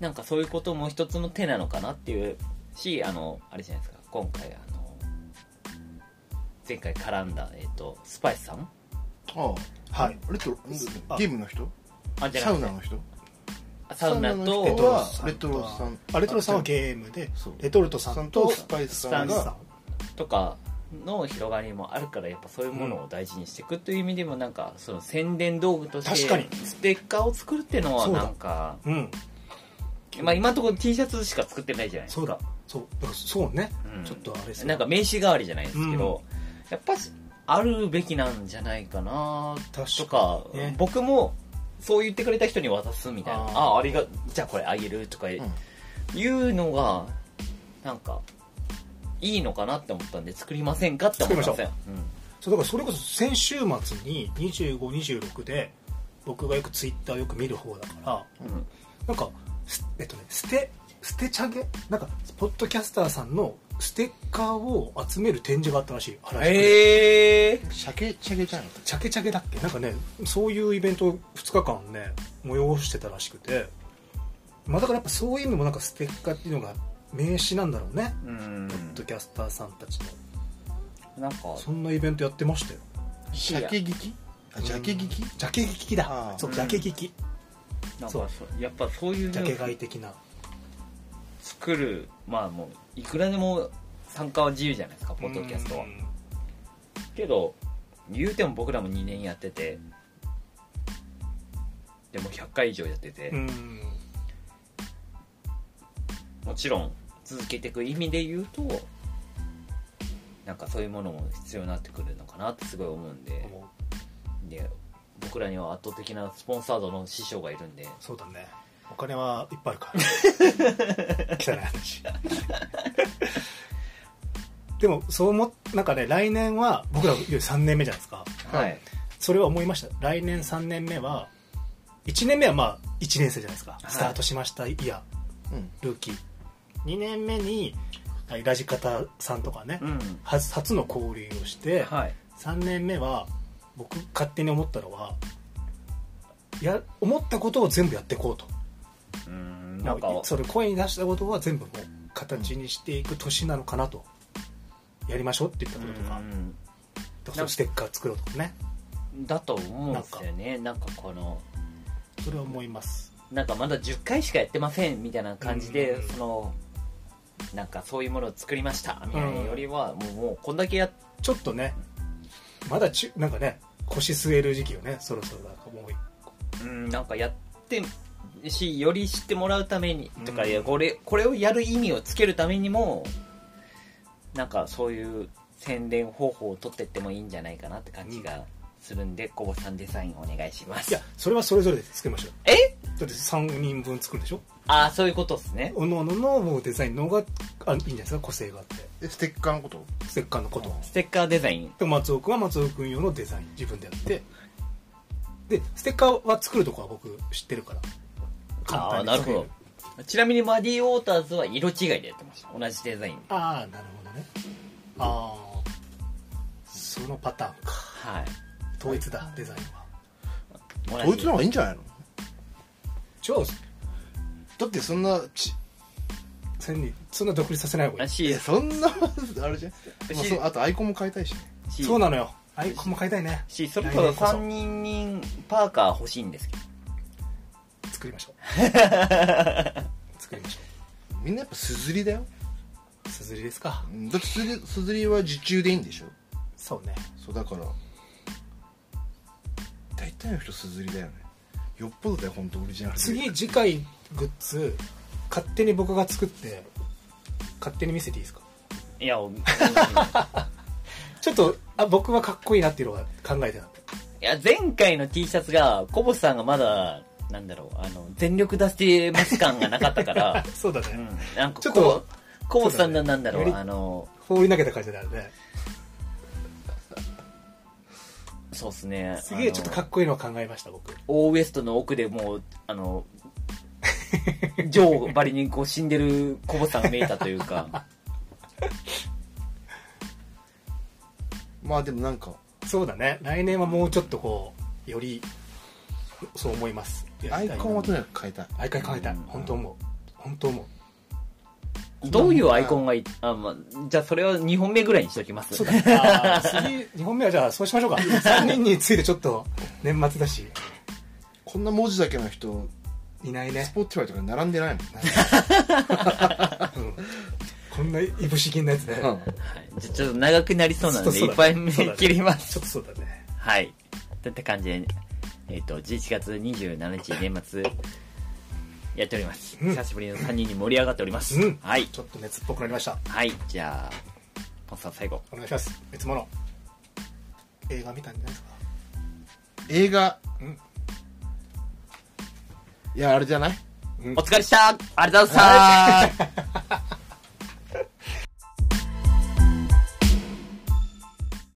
[SPEAKER 1] なんかそういうことも一つの手なのかなっていうしあのあれじゃないですか今回あの前回絡んだ、えっとスパイスさん
[SPEAKER 2] ああ
[SPEAKER 3] はい
[SPEAKER 2] レッド
[SPEAKER 3] あ
[SPEAKER 2] ゲームの人
[SPEAKER 1] あじゃ
[SPEAKER 2] サ
[SPEAKER 1] な
[SPEAKER 2] ウ
[SPEAKER 1] くて
[SPEAKER 2] ナの人
[SPEAKER 1] サウナ
[SPEAKER 2] サウナの
[SPEAKER 1] と
[SPEAKER 2] 人
[SPEAKER 1] えっ
[SPEAKER 2] とはレト
[SPEAKER 1] と
[SPEAKER 2] ロさん
[SPEAKER 3] あレトロさんはゲームで
[SPEAKER 2] そう
[SPEAKER 3] レトルトさ
[SPEAKER 2] さん
[SPEAKER 3] んと
[SPEAKER 2] とスパイス
[SPEAKER 1] さ
[SPEAKER 2] さ
[SPEAKER 1] ん
[SPEAKER 2] ん
[SPEAKER 1] が
[SPEAKER 2] が
[SPEAKER 1] とかの広がりもあるからやっぱそういうものを大事にしていくという意味でもなんかその宣伝道具として
[SPEAKER 3] 確かに
[SPEAKER 1] ステッカーを作るっていうのは
[SPEAKER 3] そうだ
[SPEAKER 1] なんか。
[SPEAKER 3] うん
[SPEAKER 1] まあ今のところ T シャツしか作ってないじゃないですか
[SPEAKER 3] そうだそうだからそうね
[SPEAKER 1] うん
[SPEAKER 3] ちょっとあれです
[SPEAKER 1] なん
[SPEAKER 3] ね
[SPEAKER 1] か名刺代わりじゃないですけど、やっぱしあるべきなんじゃないかなと
[SPEAKER 3] 確
[SPEAKER 1] か
[SPEAKER 3] にね
[SPEAKER 1] 僕もそう言ってくれた人に渡すみたいな
[SPEAKER 3] あー
[SPEAKER 1] ああありがじゃあこれあげるとか
[SPEAKER 2] ん
[SPEAKER 1] いうのがなんかいいのかなって思ったんで作りませんかって思ったんですよ、
[SPEAKER 3] そうだからそれこそ先週末に2526で僕がよくツイッターよく見る方だから
[SPEAKER 1] うんうん
[SPEAKER 3] なんかすえっとね捨て捨てちゃげなんかポッドキャスターさんのステッカーを集める展示があったらしい原宿で
[SPEAKER 1] へえ
[SPEAKER 2] シャケシャケじゃなかっ
[SPEAKER 3] チャケチャケだっけなんかねそういうイベントを2日間ね催してたらしくてまあだからやっぱそういう意味もなんかステッカーっていうのが名刺なんだろうね
[SPEAKER 1] うん
[SPEAKER 3] ポッドキャスターさんたちの
[SPEAKER 1] なんか
[SPEAKER 3] そんなイベントやってましたよ
[SPEAKER 2] たシャケ聞きあシャケ聞き
[SPEAKER 3] ジャケ聞きだ
[SPEAKER 2] あー
[SPEAKER 3] そう
[SPEAKER 1] うん
[SPEAKER 3] ジャケ聞き
[SPEAKER 1] なんか
[SPEAKER 3] そう
[SPEAKER 1] そうやっぱそういう
[SPEAKER 3] ジャケ買い的な
[SPEAKER 1] 作るまあもういくらでも参加は自由じゃないですかポッドキャストは
[SPEAKER 3] うん
[SPEAKER 1] けど言うても僕らも2年やっててでも100回以上やってて、
[SPEAKER 3] うん
[SPEAKER 1] もちろん続けていく意味で言うとなんかそういうものも必要になってくるのかなってすごい思うんで
[SPEAKER 3] もう
[SPEAKER 1] で僕らには圧倒的なスポンサードの師匠がいるんで
[SPEAKER 3] そうだねお金はいっぱいあるから汚い話でもそう思っなんかね来年は僕ら3年目じゃないですか
[SPEAKER 1] はい
[SPEAKER 3] それは思いました来年3年目は1年目はまあ1年生じゃないですか、
[SPEAKER 1] い
[SPEAKER 3] スタートしましたいや
[SPEAKER 2] うん
[SPEAKER 3] ルーキー2年目にはいラジカタさんとかね、
[SPEAKER 1] うん
[SPEAKER 3] 初初の交流をして、
[SPEAKER 1] はい
[SPEAKER 3] 3年目は僕勝手に思ったのはや思ったことを全部やっていこうと
[SPEAKER 1] うんなんか
[SPEAKER 3] もうそれ声に出したことは全部もう形にしていく年なのかなとやりましょうって言ったこととか,、
[SPEAKER 1] うん
[SPEAKER 3] からステッカー作ろうとかね
[SPEAKER 1] だと思うんですよねなんかこの
[SPEAKER 3] それは思います
[SPEAKER 1] なんかまだ10回しかやってませんみたいな感じで、
[SPEAKER 3] うん
[SPEAKER 1] そのなんかそういうものを作りましたみたいなよりは、もうもうこんだけやっ
[SPEAKER 3] ちょっとねまだちゅなんかね腰据える時期よねそろそろなんかも
[SPEAKER 1] う
[SPEAKER 3] う
[SPEAKER 1] んなんかやってしより知ってもらうためにとか、
[SPEAKER 3] うん
[SPEAKER 1] いやこれこれをやる意味をつけるためにもなんかそういう宣伝方法を取ってってもいいんじゃないかなって感じがするんで、コボさんデザインお願いしま
[SPEAKER 3] い
[SPEAKER 1] す
[SPEAKER 3] やそれはそれぞれで作りましょう
[SPEAKER 1] え
[SPEAKER 3] だって3人分作るでしょ
[SPEAKER 1] ああそういうことですね
[SPEAKER 3] おのおののもうデザインの方があいいんじゃないですか個性があって
[SPEAKER 2] えステッカーのこと
[SPEAKER 3] ステッカーのこと
[SPEAKER 1] ステッカーデザイン
[SPEAKER 3] で松尾君は松尾君用のデザイン自分でやってでステッカーは作るとこは僕知ってるから簡
[SPEAKER 1] ああ
[SPEAKER 3] 単
[SPEAKER 1] ー
[SPEAKER 3] に
[SPEAKER 1] なる
[SPEAKER 3] 作
[SPEAKER 1] ほ
[SPEAKER 3] れ
[SPEAKER 1] どちなみにマディ・ウォーターズは色違いでやってました同じデザイン
[SPEAKER 3] ああなるほどねああそのパターンか
[SPEAKER 1] はい
[SPEAKER 3] 統一だデザイン
[SPEAKER 1] 同じ
[SPEAKER 3] は
[SPEAKER 2] 統一の方がいいんじゃないの
[SPEAKER 3] じゃあ
[SPEAKER 2] だってそんなち
[SPEAKER 3] 千人そんな独立させない方がい
[SPEAKER 1] ら
[SPEAKER 3] い
[SPEAKER 1] しい
[SPEAKER 2] い
[SPEAKER 1] で
[SPEAKER 2] や
[SPEAKER 1] す
[SPEAKER 2] そんなあれじゃん、まあ、
[SPEAKER 1] し
[SPEAKER 2] そうあとアイコンも変えたいしね
[SPEAKER 1] し
[SPEAKER 3] そうなのよアイコンも変えたいね
[SPEAKER 1] しそれこそ
[SPEAKER 3] 来年こそ
[SPEAKER 1] 3人人パーカー欲しいんですけど
[SPEAKER 3] 作りましょ う作りましょ
[SPEAKER 2] みんなやっぱすずりだよ
[SPEAKER 3] うすずりですか
[SPEAKER 2] うんだってすずりすずりは受注でいいんでしょ
[SPEAKER 3] そうね
[SPEAKER 2] そうだから大体の人すずりだよねよっぽどだよ本当オリジナルで
[SPEAKER 3] 次次回グッズ勝手に僕が作って勝手に見せていいですか
[SPEAKER 1] いや、うんい
[SPEAKER 3] ちょっとあ僕はかっこいいなっていうのが考えてなかっ
[SPEAKER 1] や前回の T シャツが、コボさんがまだ、なんだろう、あの、全力出してます感がなかったから
[SPEAKER 3] た、そうだね、
[SPEAKER 1] うん、なんか
[SPEAKER 3] ちょっ
[SPEAKER 1] ことう、コボさんの
[SPEAKER 3] そう
[SPEAKER 1] な
[SPEAKER 3] だね
[SPEAKER 1] んだろ
[SPEAKER 3] より
[SPEAKER 1] う、あの、
[SPEAKER 3] 放り投げた感じだよね
[SPEAKER 1] そうっすね。
[SPEAKER 3] すげえちょっとか
[SPEAKER 1] あの
[SPEAKER 3] っこいいのを考えました僕
[SPEAKER 1] オーウエストの奥でもう、あの、ジョーばりにこう死んでるコボさんが見えたという か、
[SPEAKER 2] まあでもなんか
[SPEAKER 3] そうだね来年はもうちょっとこうよりそう思いますや
[SPEAKER 2] ア
[SPEAKER 3] り
[SPEAKER 2] イ
[SPEAKER 3] たいな
[SPEAKER 2] コンはとにかく変えたい
[SPEAKER 3] 毎回考えたい
[SPEAKER 1] うん
[SPEAKER 3] 本当思う本当思う
[SPEAKER 1] どういうアイコンがいい、あ、まあ、じゃあそれは2本目ぐらいにしときます。
[SPEAKER 3] そうだねあー次2本目はじゃあそうしましょうか3人についてちょっと年末だし
[SPEAKER 2] こんな文字だけの人
[SPEAKER 3] いない
[SPEAKER 2] ス
[SPEAKER 3] ね、
[SPEAKER 2] ポッティファイとかに並んでないもん
[SPEAKER 3] うんこんないぶし銀なやつね、
[SPEAKER 2] ね、
[SPEAKER 1] はいじゃあちょっと長くなりそうなんで、
[SPEAKER 3] そう
[SPEAKER 1] い
[SPEAKER 3] だ
[SPEAKER 1] っぱい
[SPEAKER 3] ね
[SPEAKER 1] 目
[SPEAKER 3] そうだね
[SPEAKER 1] 切ります。
[SPEAKER 3] ちょっとそうだね
[SPEAKER 1] はい。といった感じで、えっ、と、11月27日年末、やっております。
[SPEAKER 3] うん
[SPEAKER 1] 久しぶりの3人に盛り上がっております。
[SPEAKER 3] うん
[SPEAKER 1] はい。
[SPEAKER 3] ちょっと熱っぽくなりました
[SPEAKER 1] はい。じゃあ、ポンさん最後。
[SPEAKER 3] お願いしますいつもの映画見たんじゃないですか
[SPEAKER 2] 映画
[SPEAKER 3] うん
[SPEAKER 2] いやあれじゃない
[SPEAKER 1] お疲れっしたありがとうございました